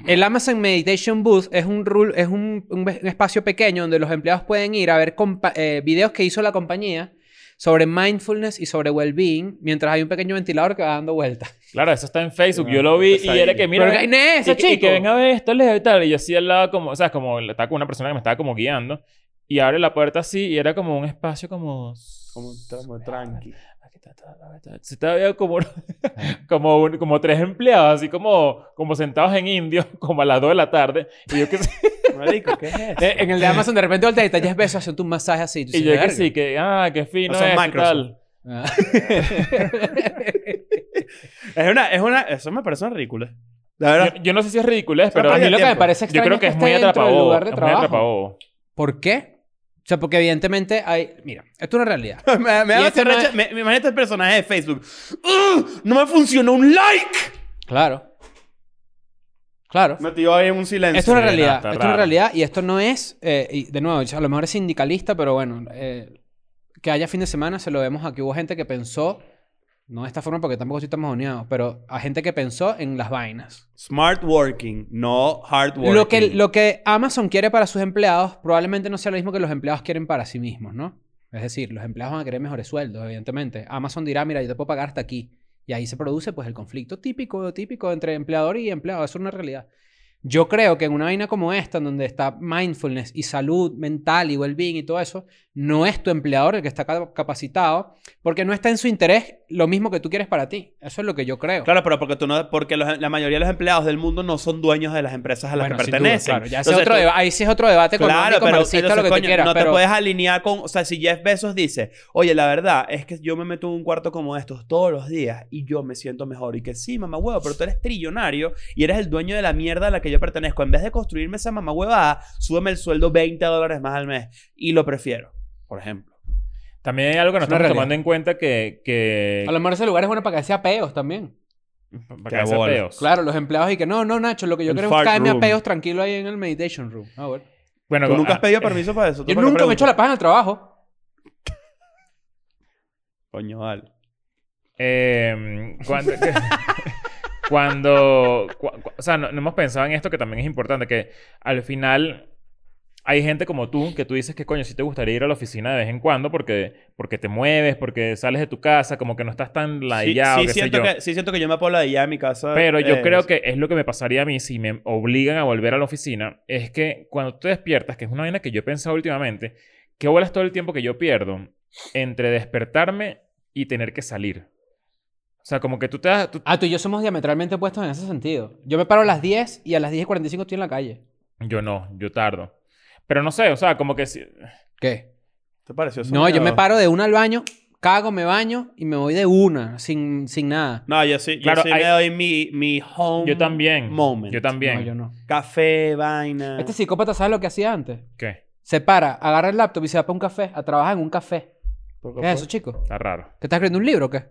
El Amazon Meditation Booth es un, rul- es un, un ve- un espacio pequeño donde los empleados pueden ir a ver compa- eh, videos que hizo la compañía sobre mindfulness y sobre well-being, mientras hay un pequeño ventilador que va dando vueltas. Claro, eso está en Facebook. yo lo vi y está Ah, pues ahí. era que, mira, Pero que hay en eso, y, que- y chico. que venga a ver esto, les y tal. Y yo así al lado, como, o sea, como estaba con una persona que me estaba como guiando. Y abre la puerta así y era como un espacio como... Como, como tranqui. Aquí está toda la verdad. Se estaba viendo como, <laughs> como, un- como tres empleados, así como, como sentados en indio, <laughs> como a las 2 de la tarde. Y yo que sí, Marico, ¿qué es eso? Eh, en el de Amazon, de repente volteas y te ves besos haciendo un masaje así. Tú y dices, yo que "Verga". sí, que, ah, qué fino No son es, y Microsoft. tal. Ah. Es una, es una, eso me parece ridículo. La verdad. Yo, yo no sé si es ridículo, pero para a mí el lo que me tiempo. parece Ah. Yo extraño creo que es esté muy dentro del atrapabobo. lugar de es muy trabajo. atrapabobo. ¿Por qué? O sea, porque evidentemente hay... Mira, esto es una realidad. <laughs> me, me, Y da este recha- no es- me, me imagino este personaje de Facebook. ¡Ugh! ¡No me funcionó un like! Claro. Claro. Metido ahí en un silencio. Esto es una Sí, no, realidad. está esto es una raro. realidad y esto no es... eh, y de nuevo, a lo mejor es sindicalista, pero bueno. eh, que haya fin de semana se lo vemos aquí. Hubo gente que pensó... No de esta forma porque tampoco estoy tan mojoneado, pero a gente que pensó en las vainas. Smart working, no hard working. Lo que, lo que Amazon quiere para sus empleados probablemente no sea lo mismo que los empleados quieren para sí mismos, ¿no? Es decir, los empleados van a querer mejores sueldos, evidentemente. Amazon dirá, mira, yo te puedo pagar hasta aquí. Y ahí se produce pues el conflicto típico, típico entre empleador y empleado. Eso es una realidad. Yo creo que en una vaina como esta, en donde está mindfulness y salud mental y well-being y todo eso, no es tu empleador el que está ca- capacitado, porque no está en su interés lo mismo que tú quieres para ti. Eso es lo que yo creo. Claro, pero porque, tú no, porque los- la mayoría de los empleados del mundo no son dueños de las empresas a las Bueno, que sin duda, pertenecen. claro. Ya ese es Entonces, otro tú- deba- ahí sí es otro debate Claro, económico, pero marxista, entonces, lo que tú coño, quieras. no pero... te puedes alinear con... O sea, si Jeff Bezos dice, oye, la verdad es que yo me meto en un cuarto como estos todos los días y yo me siento mejor. Y que sí, mamá huevo, pero tú eres trillonario y eres el dueño de la mierda a la que yo pertenezco. En vez de construirme esa mamá huevada, súbeme el sueldo 20 dólares más al mes. Y lo prefiero, por ejemplo. También hay algo que no Es una estamos realidad. tomando en cuenta que... que A lo mejor ese lugar es bueno para que sea peos también. para Qué que haya bola. peos. Claro, los empleados y que no, no, Nacho, lo que yo El quiero es fart buscarme a room. peos tranquilo ahí en el meditation room. Ah, bueno. Bueno, ¿Tú nunca ah, has pedido permiso para eso? ¿Tú Yo para qué nunca me he hecho preguntas? la paja en el trabajo. Coño, vale. Eh, <laughs> cuando, <laughs> que- cuando- cua- cua- o sea, no, no hemos pensado en esto que también es importante, que al final hay gente como tú que tú dices que coño, sí te gustaría ir a la oficina de vez en cuando porque, porque te mueves, porque sales de tu casa, como que no estás tan Sí, ladillado, sí qué sé siento yo. que, sí siento que yo me puedo ladillar en mi casa. Pero yo eh, creo que es lo que me pasaría a mí si me obligan a volver a la oficina. Es que cuando tú te despiertas, que es una vaina que yo he pensado últimamente, que vuelas todo el tiempo que yo pierdo entre despertarme y tener que salir. O sea, como que tú te das... tú- Ah, tú y yo somos diametralmente opuestos en ese sentido. Yo me paro a las 10 y a las 10 y 45 estoy en la calle. Yo no, yo tardo. Pero no sé, o sea, como que... si- ¿Qué? ¿Te pareció eso No, yo medio- me paro de una al baño, cago, me baño y me voy de una, sin, sin nada. No, yo sí. Claro, yo sí hay- me doy mi, mi home. Yo también. Moment. Yo también. No, yo no. Café, vaina. Este psicópata sabe lo que hacía antes. ¿Qué? Se para, agarra el laptop y se va para un café, a trabajar en un café. Porque, ¿Qué es pues, eso, chico? Está raro. ¿Te estás escribiendo un libro <laughs> o qué?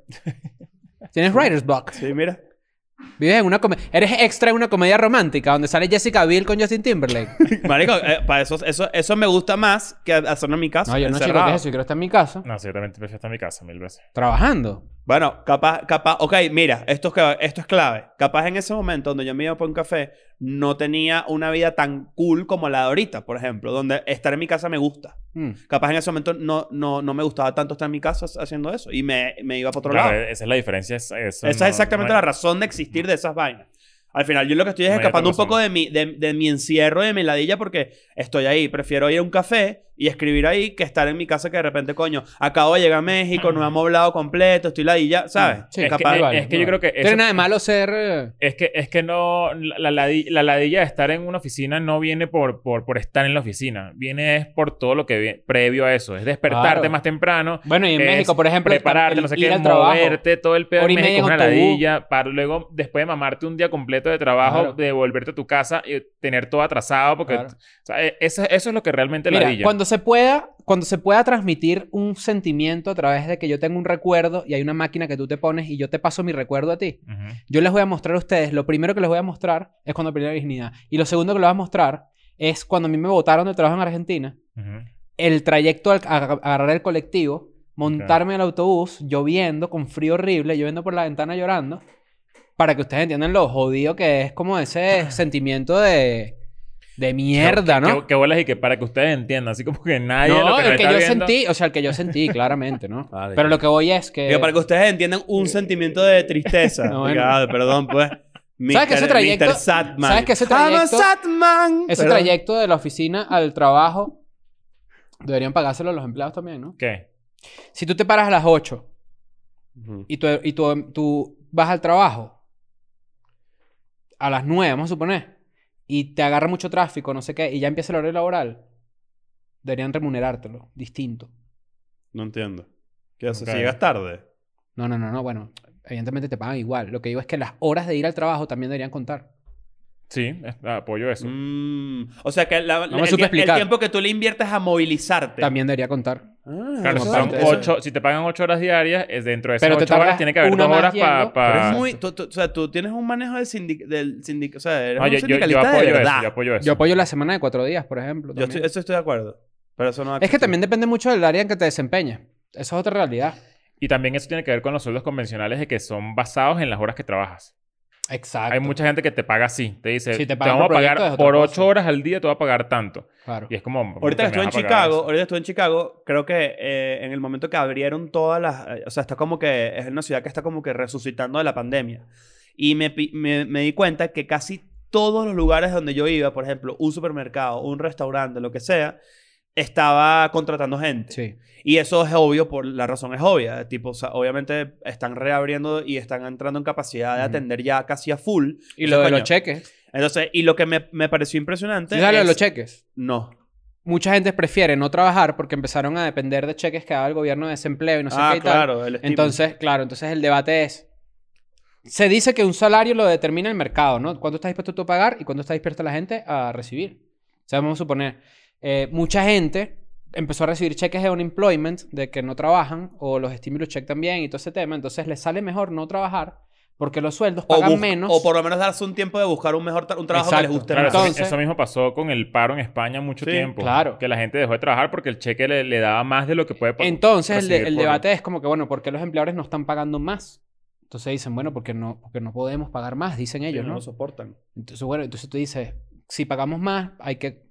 ¿Tienes writer's block? Sí, mira. <laughs> ¿Vives en una come- ¿Eres extra en una comedia romántica donde sale Jessica Biel con Justin Timberlake? <laughs> Marico, eh, para eso, eso, eso me gusta más que hacerlo en mi casa. No, yo no, chico, encerrado. ¿qué es eso? Yo quiero estar en mi casa No, ciertamente prefiero estar en mi casa mil veces. trabajando. Bueno, capaz, capaz. Ok, mira, esto es, clave- esto es clave. Capaz en ese momento donde yo me iba por un café, no tenía una vida tan cool como la de ahorita, por ejemplo, donde estar en mi casa me gusta. Mm. Capaz en ese momento no, no, no me gustaba tanto estar en mi casa haciendo eso y me, me iba para otro Claro, lado. esa es la diferencia. Esa, eso Esa no- es exactamente no la hay- razón de existir de esas vainas. Al final, yo lo que estoy es No hay otra escapando un razón. poco de mi, de, de mi encierro y de mi ladilla porque estoy ahí. Prefiero ir a un café y escribir ahí que estar en mi casa que de repente, coño, acabo de llegar a <clears throat> México, no me hemos hablado completo, estoy ladilla, ¿sabes? Sí, Es que- capaz. es- vale, es que yo vale. creo que No eso- tiene nada de malo ser... eh, Es que, es que no, la, la ladi- la ladilla de estar en una oficina no viene por, por, por estar en la oficina, viene es por todo lo que vi- previo a eso, es despertarte Claro. más temprano, Bueno, y en es México, por ejemplo... prepararte, el no sé ir qué, al trabajo. moverte, todo el pedo Hora en y media México es en una autobús. ladilla, para luego después de mamarte un día completo de trabajo, Claro. de volverte a tu casa y tener todo atrasado, porque Claro. o sea, e- eso, eso es lo que realmente Mira, ladilla. cuando se pueda... Cuando se pueda transmitir un sentimiento a través de que yo tengo un recuerdo y hay una máquina que tú te pones y yo te paso mi recuerdo a ti. Ujú. Yo les voy a mostrar a ustedes, lo primero que les voy a mostrar es cuando perdí la virginidad. Y lo segundo que les voy a mostrar es cuando a mí me votaron del trabajo en Argentina, Ujú. el trayecto al a- agarrar el colectivo, montarme al autobús, lloviendo, con frío horrible, lloviendo por la ventana llorando, para que ustedes entiendan lo jodido que es como <laughs> ese sentimiento de, de mierda, Que- ¿no? Que, bolas y que para que ustedes entiendan, así como que nadie. lo no, que nos el que está yo viendo- sentí, o sea, el que <laughs> yo sentí, claramente, ¿no? Vale, Pero ya. lo que voy es que... Digo, para que ustedes entiendan Eh, un sentimiento de <laughs> tristeza. No, bueno. Diga, ah, perdón, pues. ¿Sabes que ese Mr. trayecto- Mr. Satman. ¿sabes que ese I'm a trayecto- Satman. Ese Perdón. trayecto de la oficina al trabajo deberían pagárselo a los empleados también, ¿no? ¿Qué? Si tú te paras a las 8 Ujú. y tú, y tú, tú vas al trabajo a las 9, vamos a suponer, y te agarra mucho tráfico, no sé qué, y ya empieza el horario laboral, deberían remunerártelo distinto. No entiendo. ¿Qué haces Ok. si llegas tarde? No, no, no, no, bueno, evidentemente te pagan igual. Lo que digo es que las horas de ir al trabajo también deberían contar. Sí, es- apoyo eso. Mm, o sea que la- No me el, supe tie- el explicar. tiempo que tú le inviertes a movilizarte. También debería contar. Ah, Claro, si, eso- son Eso- ocho, si te pagan 8 horas diarias, es dentro de esas Pero te 8 horas tardas tiene que haber una 2 más horas para... yendo. Pero Ah, es muy, tú, tú- o sea, tú tienes un manejo del sindicato. Del sindic- o sea, eres un yo, yo- yo sindicalista de apoyo eso, verdad. yo apoyo eso. Yo apoyo la semana de cuatro días, por ejemplo. Yo estoy, también. eso estoy de acuerdo. Pero eso no va a Es que existir. también depende mucho del área en que te desempeñes. Eso es otra realidad. Y también eso tiene que ver con los sueldos convencionales de que son basados en las horas que trabajas. Exacto. Hay mucha gente que te paga así. Te dice, Si te te, pagan vamos a por proyecto, es pagar otra por cosa". 8 horas al día, te voy a pagar tanto. Claro. Y es como... ¿cómo Ahorita que te me estuve en vas a pagar Chicago, eso? ahorita que estuve en Chicago, creo que eh, en el momento que abrieron todas las, eh, o sea, está como que es una ciudad que está como que resucitando de la pandemia. Y me, pi- me, me di cuenta que casi todos los lugares donde yo iba, por ejemplo, un supermercado, un restaurante, lo que sea, estaba contratando gente. Sí. Y eso es obvio por la razón es obvia, tipo, o sea, obviamente están reabriendo y están entrando en capacidad de Ujú. atender ya casi a full. Y lo de Entonces, los coño, cheques. Entonces, y lo que me, me pareció impresionante ¿Sí sabes lo de es- los cheques? No. Mucha gente prefiere no trabajar porque empezaron a depender de cheques que daba el gobierno de desempleo y no sé ah, qué y tal. claro, el estímulo. Entonces, claro, entonces el debate es. Se dice que un salario lo determina el mercado, ¿no? ¿Cuánto estás dispuesto tú a pagar y cuánto está dispuesta la gente a recibir? O sea, vamos a suponer, eh, mucha gente empezó a recibir cheques de unemployment, de que no trabajan, o los estímulos check también y todo ese tema. Entonces, les sale mejor no trabajar porque los sueldos o, pagan bus- menos. o por lo menos darse un tiempo de buscar un mejor tra- un trabajo que les Exacto. guste Claro, más. eso- Entonces- eso mismo pasó con el paro en España mucho Sí, tiempo. claro. Que la gente dejó de trabajar porque el cheque le, le daba más de lo que puede pagar. Entonces, el, de- recibir el por- debate es como que, bueno, ¿por qué los empleadores no están pagando más? Entonces dicen, bueno, porque no, porque no podemos pagar más, dicen ellos, Sí, ¿no? lo soportan. Entonces, bueno, entonces tú dices, si pagamos más, hay que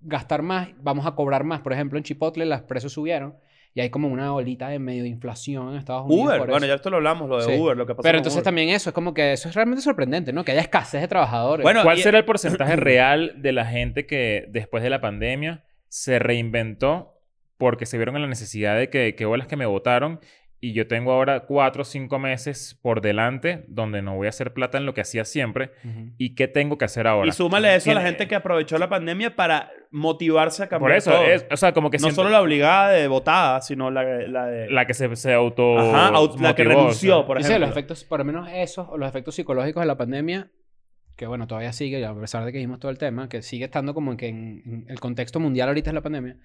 gastar más, vamos a cobrar más. Por ejemplo, en Chipotle los precios subieron y hay como una olita de medio de inflación en Estados Unidos. Uber, por bueno, eso. ya esto lo hablamos, lo de Sí. Uber, lo que pasó. Pero con entonces Uber. también eso, es como que eso es realmente sorprendente, ¿no? Que haya escasez de trabajadores. Bueno, ¿Cuál y- e- será el <clears throat> porcentaje real de la gente que después de la pandemia se reinventó porque se vieron en la necesidad de que, qué bolas que me votaron y yo tengo ahora cuatro o cinco meses por delante donde no voy a hacer plata en lo que hacía siempre Ujú. y qué tengo que hacer ahora? Y súmale eso a la Tiene- gente que aprovechó la pandemia para motivarse a cambiar. Por eso, todo. es- o sea, como que no siento- solo la obligada de votada, sino la, la de. la que se, se auto... Ajá, au- la que motivó, renunció, pues. o sea. por Y sí, ejemplo. los efectos, por lo menos esos, o los efectos psicológicos de la pandemia, que bueno, todavía sigue, a pesar de que vimos todo el tema, que sigue estando como en que en, en el contexto mundial ahorita es la pandemia,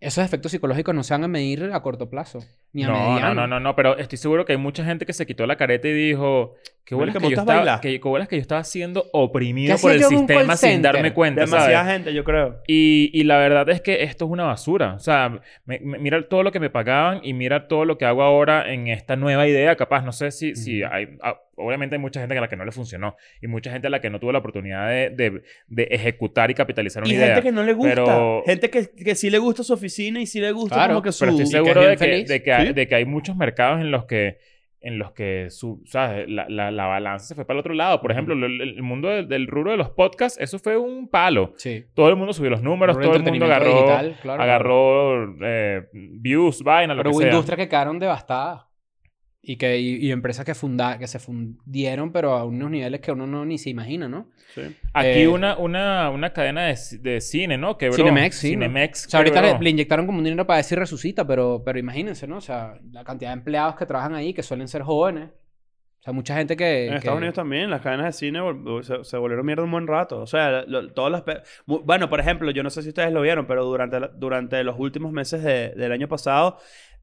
esos efectos psicológicos no se van a medir a corto plazo, ni a No, mediano. no, no, no, no, pero estoy seguro que hay mucha gente que se quitó la careta y dijo, qué bolas Marica, que, yo ¿montas estaba, bailar? que, qué bolas que yo estaba siendo ¿Qué oprimido hacía por el yo en un sistema call sin center? darme cuenta, Demasiada ¿sabes? gente, yo creo. Y, y la verdad es que esto es una basura. O sea, me- me- mira todo lo que me pagaban y mira todo lo que hago ahora en esta nueva idea. Capaz, no sé si, si Ujú. hay... ah, obviamente hay mucha gente a la que no le funcionó y mucha gente a la que no tuvo la oportunidad de, de- de ejecutar y capitalizar una Y idea. gente que no le gusta. pero- Gente que, que sí le gusta su oficina y sí le gusta Claro, como que su. Pero estoy que es seguro bien de, que, feliz. de, que hay, Sí. de que hay muchos mercados en los que, en los que su, ¿sabes? La, la, la balanza se fue para el otro lado. Por ejemplo, el, el mundo del, del rubro de los podcasts, eso fue un palo. Sí. Todo el mundo subió los números, Puro todo el mundo entretenimiento agarró, digital, claro. agarró eh, views, vaina, lo Pero hubo que sea. industrias que quedaron devastadas. Y, que, y, y empresas que, funda, que se fundieron, pero a unos niveles que uno no ni se imagina, ¿no? Sí. Aquí eh, una, una, una cadena de, ci- de cine, ¿no? Quebró. Cinemex, sí, ¿no? Cinemex. O sea, ahorita quebró. le, le inyectaron como un dinero para decir resucita, pero, pero imagínense, ¿no? O sea, la cantidad de empleados que trabajan ahí, que suelen ser jóvenes. O sea, mucha gente que... En que- Estados Unidos también, las cadenas de cine vol- se, se volvieron mierda un buen rato. O sea, lo- todas las... pe- mu- Bueno, por ejemplo, yo no sé si ustedes lo vieron, pero durante, la- durante los últimos meses de- del año pasado,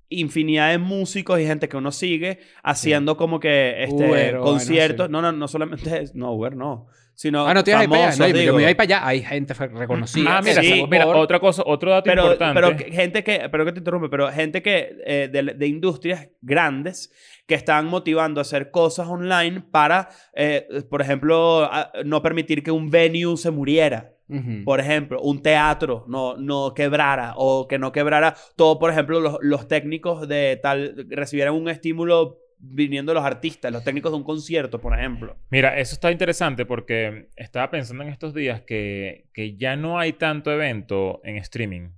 infinidad de músicos y gente que uno sigue haciendo como que este, Uber o conciertos. No, vaina, no, no solamente... es- No, Uber no. sino Ah, no tienes famosos, ahí para allá. No, yo digo. me voy ahí para allá. Hay gente fe- reconocida. Ah, mira, sí, seguro- mira, por- otra cosa, otro dato pero, importante. pero que- gente que, pero que te interrumpe, pero gente que eh, de, de industrias grandes que están motivando a hacer cosas online para, eh, por ejemplo, a- no permitir que un venue se muriera. Ujú. Por ejemplo, un teatro no, no quebrara o que no quebrara todo, por ejemplo, los, los técnicos de tal recibieran un estímulo viniendo los artistas, los técnicos de un concierto, por ejemplo. Mira, eso está interesante porque estaba pensando en estos días que, que ya no hay tanto evento en streaming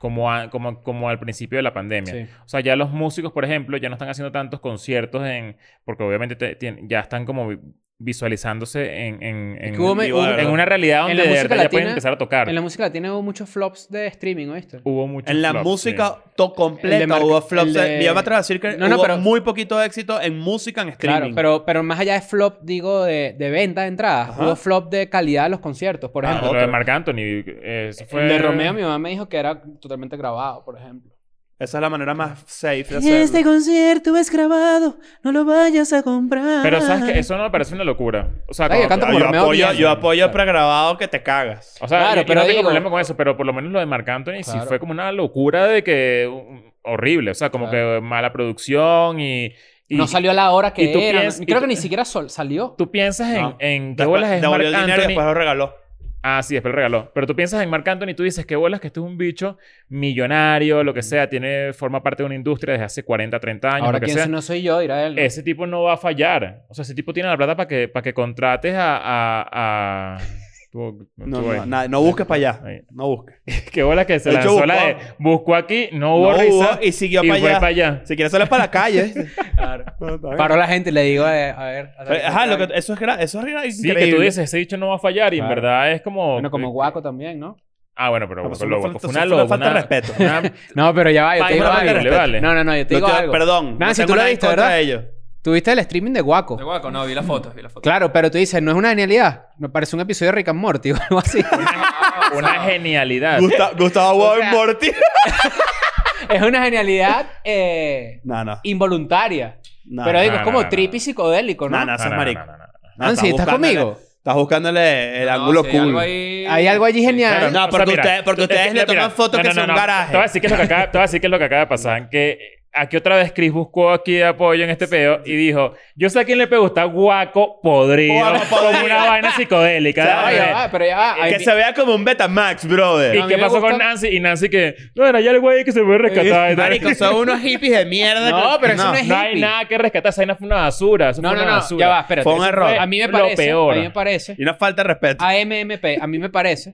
como, a- como, como al principio de la pandemia. Sí. O sea, ya los músicos, por ejemplo, ya no están haciendo tantos conciertos en... Porque obviamente te- tien- ya están como vi- visualizándose en, en, Es en- que hubo me- en hubo- Igual, una realidad en donde la de música verdad ya pueden latina- empezar a tocar. En la música latina hubo muchos flops de streaming, ¿oíste? Hubo muchos En la flops, sí. música to completa El de Mar- hubo flops. el de- Yo me atrevo a decir que No, no, hubo pero- muy poquito éxito en música en Claro, streaming. pero, pero más allá de flop, digo, de, de venta de entradas, Ajá. hubo flop de calidad de los conciertos, por Ah, ejemplo. lo de otro. Marc Anthony. eh, eso fue... El de Romeo, mi mamá me dijo que era totalmente grabado, por ejemplo. Esa es la manera más safe de hacerlo. Este concierto es grabado, no lo vayas a comprar. Pero sabes que eso no me parece una locura. O sea, Ay, como- yo canto Ah, como yo, Romeo apoyo, Díaz. yo apoyo el pregrabado que te cagas. O sea, Claro, yo- yo pero no tengo digo- problema con eso, pero por lo menos lo de Marc Anthony sí Claro. fue como una locura de que um, horrible, o sea, como que mala producción y, y no salió a la hora que y tú era. no- piensas- y creo tú- que ni siquiera sol- salió. Tú piensas en, No. en qué Después- bolas es Marc devolvió el dinero y después Anthony. lo regaló. Ah, sí, después lo regaló. Pero tú piensas en Marc Anthony y tú dices qué bolas que este es un bicho millonario, Mm. lo que sea, tiene forma parte de una industria desde hace 40, 30 años, Ahora, lo que quién sea. si no soy yo, dirá él. ¿no? Ese tipo no va a fallar. O sea, ese tipo tiene la plata para que, para que contrates a... <laughs> a, a- tú- No, tú no, ahí. nada, no busques para allá. Ahí. No busques. Qué bola que se De hecho, lanzó la de buscó- buscó aquí, no No hubo risa hubo y siguió y para fue allá. para allá. Si quieres, solo es para la calle. No, está bien. Paró la gente y le digo, eh, a ver. a ver, Ajá, lo que- eso es, gra- eso es gra- Sí, increíble. que tú dices, ese dicho no va a fallar y en Claro. verdad es eh, como... eh, Bueno, como guaco también, ¿no? Ah, bueno, pero No, pues, guaco, una lo guaco falta- fue una eso fue una loba. falta de una- respeto. una- No, pero ya va, yo te Vaina digo horrible, algo. vale. No, no, no, yo te No digo te- algo. Perdón. Nancy, tengo tú lo nada en viste, contra ¿verdad? de ellos. Tuviste el streaming de guaco. De guaco, no, vi las fotos, vi las fotos. Claro, pero tú dices, no es una genialidad. Me parece un episodio de Rick and Morty <laughs> o <laughs> algo así. Ah, Una ah, genialidad. Gusta- Gustavo O Boy sea- Morty. es una genialidad eh, <laughs> No, no. involuntaria. no, pero no. digo, no, es como no, trippy no. psicodélico, ¿no? No, no, No, seas no, no, marico. no, no, no. No, Nancy, ¿estás buscándole- conmigo? Estás buscándole el no, ángulo sí, cool. algo ahí- Hay algo allí genial. Claro, No, o sea, porque mira, ustedes- porque tú- ustedes es le toman mira, fotos que son garaje. Te voy a decir que es lo que acaba, te voy a decir que es lo que acaba de pasar. Que eh, aquí otra vez Chris buscó aquí apoyo en este peo y dijo, yo sé a quién le puede gustar guaco podrido, Guaco <laughs> como podrido. una vaina psicodélica. Claro, Ah, Dale. ya va, pero ya va. Hay- eh, Que se vea como un Betamax, ¿Y A brother. mí qué me pasó con gusta- Nancy? Y Nancy que, no, era ya el güey que se puede <laughs> rescatar. Marico, son unos hippies de mierda. No, pero eso no <laughs> es no hay hippie. nada que rescatar, esa vaina fue una basura. eso No, fue no, una no, basura. ya va, espérate. Fue un Eso error. A mí me Lo parece, peor. a mí me parece, Y una falta de respeto. AMMP, a mí me parece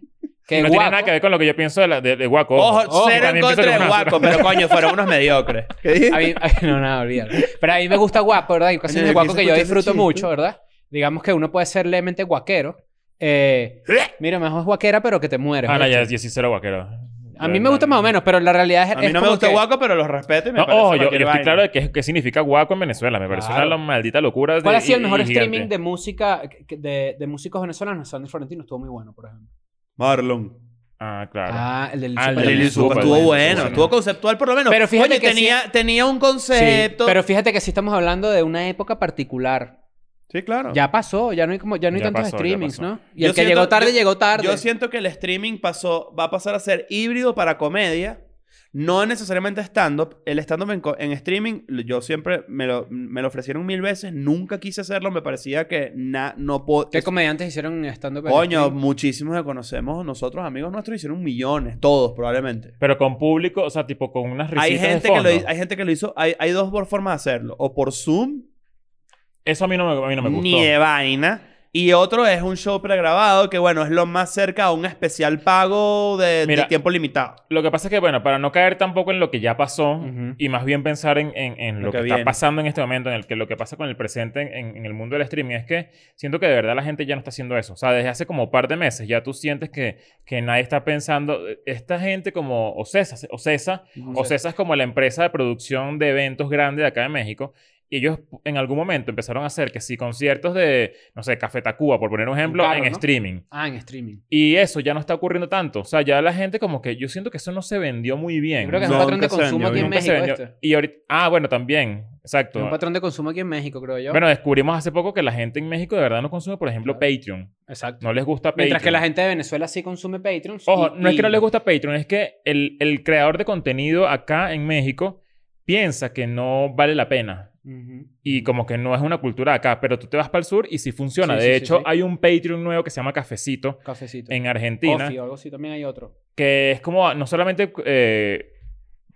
que no tiene Guaco, nada que ver con lo que yo pienso de, la- de- de Guaco. Ojo, cero en también pienso que contra es una de Guaco, pero coño, fueron unos mediocres. <laughs> ¿Qué dije? a mí, <laughs> ay, no, no, olvídalo. Pero a mí me gusta Guaco, ¿verdad? Hay ocasiones Oye, de yo Guaco quise que yo escuchar ese disfruto chiste. mucho, ¿verdad? Digamos que uno puede ser levemente guaquero. Eh, mira, mejor es guaquera, pero que te mueres. Ah, no, ¿oíste? ya, yo sí cero guaquero. A mí me gusta más o menos, pero la realidad es A mí es no me como gusta que- Guaco, pero los <laughs> respeto y me No, parece ojo, yo, cualquier yo estoy vaina. claro de qué, qué significa guaco en Venezuela. Me pareció Claro. una maldita locura. de- ¿Cuál ha sido el y- mejor y gigante. streaming de música que- de, de músicos venezolanos? Sandy Florentino estuvo muy bueno, por ejemplo. Marlon. Ah, claro. Ah, el del Ah, el Super- del Lil Supa Supa, estuvo Lil bueno, Supa. estuvo conceptual por lo menos. Pero fíjate Oye, que tenía, tenía un Sí, concepto. pero fíjate que sí estamos hablando de una época particular. Sí, claro. Ya pasó, ya no hay como ya no hay Ah. Ya tantos pasó, ya streamings, pasó. ¿no? Y Yo el que siento- llegó tarde yo- llegó tarde. Yo siento que el streaming pasó, va a pasar a ser híbrido para comedia. No necesariamente stand-up. El stand-up en, co- en streaming, lo- yo siempre me lo, me lo ofrecieron mil veces. Nunca quise hacerlo. Me parecía que na- no ¿Qué podía. comediantes hicieron estando Coño, muchísimos que conocemos nosotros, amigos nuestros, hicieron millones. Todos, probablemente. Pero con público, o sea, tipo con unas risitas Hay gente, de que fondo. lo, hi- hay gente que lo hizo. Hay, hay dos por- formas de hacerlo. O por Zoom, Eso a mí no me, a mí no me gustó. ni de vaina. Y otro es un show pregrabado que, bueno, es lo más cerca a un especial pago de- de Mira, tiempo limitado. Lo que pasa es que, bueno, para no caer tampoco en lo que ya pasó Ujú. y más bien pensar en, en- en lo, Lo que, que está viene. pasando en este momento, en el que lo que pasa con el presente en, en- en el mundo del streaming, es que siento que de verdad la gente ya no está haciendo eso. O sea, desde hace como un par de meses ya tú sientes que, que nadie está pensando, eh, esta gente como Ocesa, Ocesa, Ocesa es como la empresa de producción de eventos grande de acá de México. Y ellos en algún momento empezaron a hacer que si conciertos de, no sé, Café Tacuba, por poner un ejemplo, carro, en ¿no? streaming. Ah, en streaming. Y eso ya no está ocurriendo tanto. O sea, ya la gente como que... Yo siento que eso no se vendió muy bien. Yo creo que es No, un patrón de nunca se vendió, consumo aquí en Nunca se México este. vendió. esto. Y ahorita... Ah, bueno, también. Exacto. Es un patrón de consumo aquí en México, creo yo. Bueno, descubrimos hace poco que la gente en México de verdad no consume, por ejemplo, Patreon. Exacto. No les gusta Patreon. Mientras que la gente de Venezuela sí consume Patreon. Ojo, y- no es que no y- les gusta Patreon, es que el, el creador de contenido acá en México piensa que no vale la pena. Ujú. Y como que no es una cultura acá, pero tú te vas para el sur y sí funciona. Sí, de sí, sí, hecho, sí. hay un Patreon nuevo que se llama Cafecito Cafecito. en Argentina. Coffee o algo así, también hay otro. que es como no solamente eh,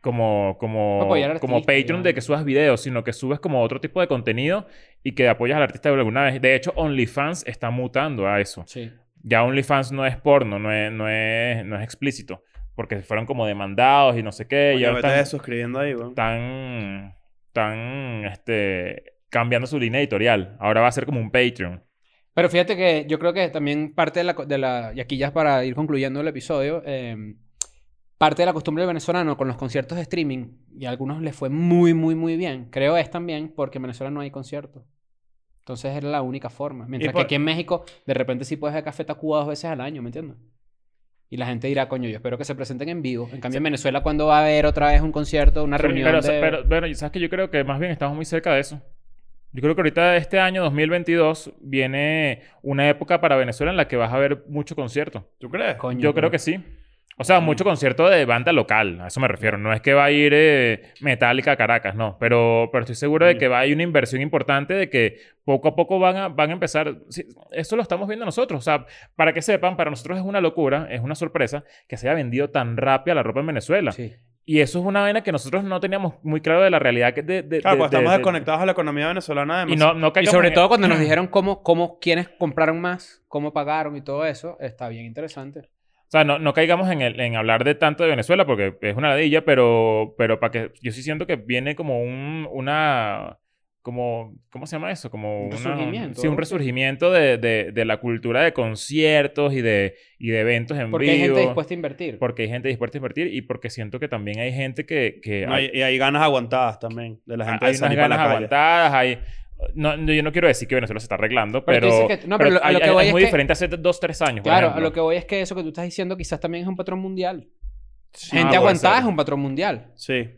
como como Apoyar al como artista, Patreon de digamos. que subas videos, sino que subes como otro tipo de contenido y que apoyas al artista de alguna vez. De hecho, OnlyFans está mutando a eso. Sí. Ya OnlyFans no es porno, no es no es no es explícito, porque fueron como demandados y no sé qué. y Oye, ahora vete están, suscribiendo ahí, weón. están están, este cambiando su línea editorial. Ahora va a ser como un Patreon. Pero fíjate que yo creo que también parte de la, co- de la y aquí ya para ir concluyendo el episodio, eh, parte de la costumbre del venezolano con los conciertos de streaming, y a algunos les fue muy, muy, muy bien, creo es también porque en Venezuela no hay conciertos. Entonces era la única forma. Mientras por- que aquí en México, de repente sí puedes ver Café Tacuba dos veces al año, ¿me entiendes? Y la gente dirá, coño, yo espero que se presenten en vivo. En cambio, en Venezuela, cuando va a haber otra vez un concierto, una reunión Pero, de- pero, pero, ¿sabes que Yo creo que más bien estamos muy cerca de eso. Yo creo que ahorita este año 2022 viene una época para Venezuela en la que vas a ver mucho concierto. ¿Tú crees? Coño, Yo creo pero- que sí. O sea, mucho concierto de banda local, a eso me refiero. No es que va a ir eh, Metallica a Caracas, no. Pero, pero estoy seguro de que va a haber una inversión importante de que poco a poco van a, van a empezar. Sí, esto lo estamos viendo nosotros. O sea, para que sepan, para nosotros es una locura, es una sorpresa que se haya vendido tan rápido la ropa en Venezuela. Sí. Y eso es una vaina que nosotros no teníamos muy claro de la realidad que de, de- Claro, de- pues de- estamos de- desconectados a la economía venezolana Y además. no, no Y caigamos sobre en- todo cuando nos dijeron cómo, cómo quienes compraron más, cómo pagaron y todo eso, está bien interesante. O sea, no, no caigamos en, el- en hablar de tanto de Venezuela porque es una ladilla, pero, pero para que... Yo sí siento que viene como un, una... Como, ¿Cómo se llama eso? Como Un una- resurgimiento, Sí, un algo así. resurgimiento de, de- de la cultura de conciertos y de, y de eventos en Porque vivo. hay gente dispuesta a invertir. Porque hay gente dispuesta a invertir y porque siento que también hay gente que... que No, y, y hay ganas aguantadas también de la gente Ah, hay unas de salir para ganas la calle. aguantadas, hay... No, no, yo no quiero decir que Venezuela se está arreglando, Pero tú pero, dices que- no, pero lo- a hay- lo que hay- voy es es muy que- diferente hace dos, tres años. por claro, a ejemplo. lo que voy es que eso que tú estás diciendo quizás también es un patrón mundial. Sí, gente puede aguantada ser. es un patrón mundial. Sí.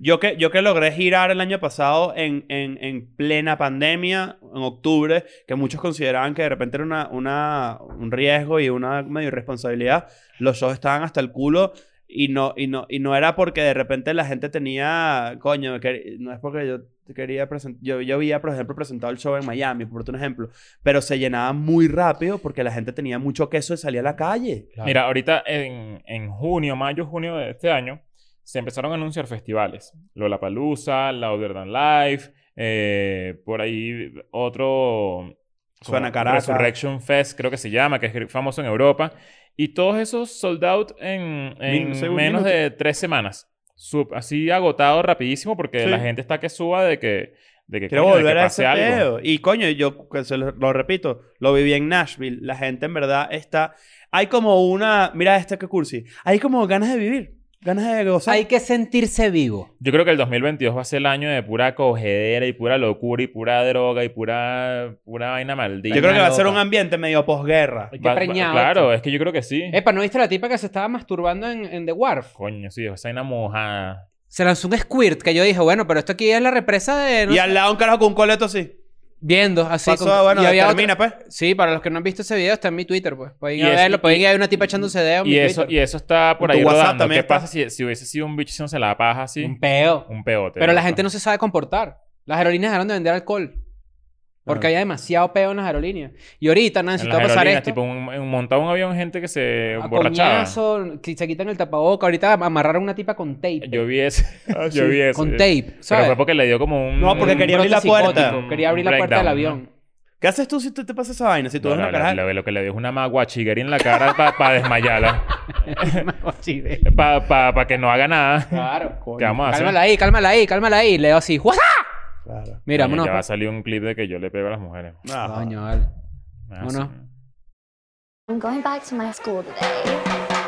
Yo que, yo que logré girar el año pasado en, en, en plena pandemia, en octubre, que muchos consideraban que de repente era una, una, un riesgo y una medio irresponsabilidad, los shows estaban hasta el culo y no, y no, y no era porque de repente la gente tenía, coño, que- no es porque yo quería presentar, yo, yo había, por ejemplo, presentado el show en Miami, por otro ejemplo, pero se llenaba muy rápido porque la gente tenía mucho queso y salía a la calle. Mira, ahorita en, en junio, mayo, junio de este año, se empezaron a anunciar festivales. Lollapalooza, Louder Than Life, eh, por ahí otro... como Suena Caracas. Resurrection Fest, creo que se llama, que es famoso en Europa. Y todos esos sold out en, en Min- según menos minutos. de tres semanas. Sup- así agotado rapidísimo porque Sí. la gente está que suba de que... De que Quiero coño, de que volver a pase ese algo. pedo. Y coño, yo que se lo, lo repito, lo viví en Nashville. La gente en verdad está. Hay como una. Mira este que cursi. Hay como ganas de vivir, ganas de gozar. hay que sentirse vivo. Yo creo que el 2022 va a ser el año de pura cogedera y pura locura y pura droga y pura, pura vaina maldita. yo creo que va a ser loca. un ambiente medio posguerra. Hay que Va- va- preñado. Claro, es que yo creo que sí. Epa, ¿no viste la tipa que se estaba masturbando en, en The Wharf? Coño, sí, esa vaina mojada. Se lanzó un squirt que yo dije, bueno, pero esto aquí es la represa de... no Y sé- al lado un carajo con un coleto así. Viendo, así. Pasó, con- bueno, y había termina, otra- pues. Sí, para los que no han visto ese video, está en mi Twitter, pues. Pueden ir Y a es- verlo, pueden ir a ver una tipa echándose dedo en Y mi eso, Twitter. y eso está por En tu ahí WhatsApp rodando. también ¿Qué está. pasa si, si hubiese sido un bicho haciéndose la paja así? Un Un, peo. peote. Pero la ¿no? gente no se sabe comportar. Las aerolíneas dejaron de vender alcohol. Ah. Porque había demasiado peo en las aerolíneas. Y ahorita, Nancy, En te las va a pasar aerolíneas, esto. tipo, un, un- montaba un avión gente que se a borrachaba. coñazo, que se quitan el tapaboca. Ahorita amarraron una tipa con tape. Yo vi <laughs> eso. Ah, <laughs> sí. yo vi eso. con tape. Pero ¿sabes? fue porque le dio como un... No, porque Un quería abrir brote la puerta. psicótico. Quería Un abrir la puerta del breakdown, <laughs> avión. ¿Qué haces tú si te, te pasa esa vaina? Si tú No, ves no, una la- caraja. la- lo que le dio es una maguachiguería en la cara para desmayarla. Así de- Para que no haga nada. Claro. ¿Qué vamos a hacer? Cálmala ahí, cálmala ahí, cálmala ahí. Le doy así. ¡Wasa! Claro. Mira, Coño, vámonos. Ya va a salir un clip de que yo le pego a las mujeres. No, Coño, vale. Ah, Vámonos. sí. I'm going back to my school today.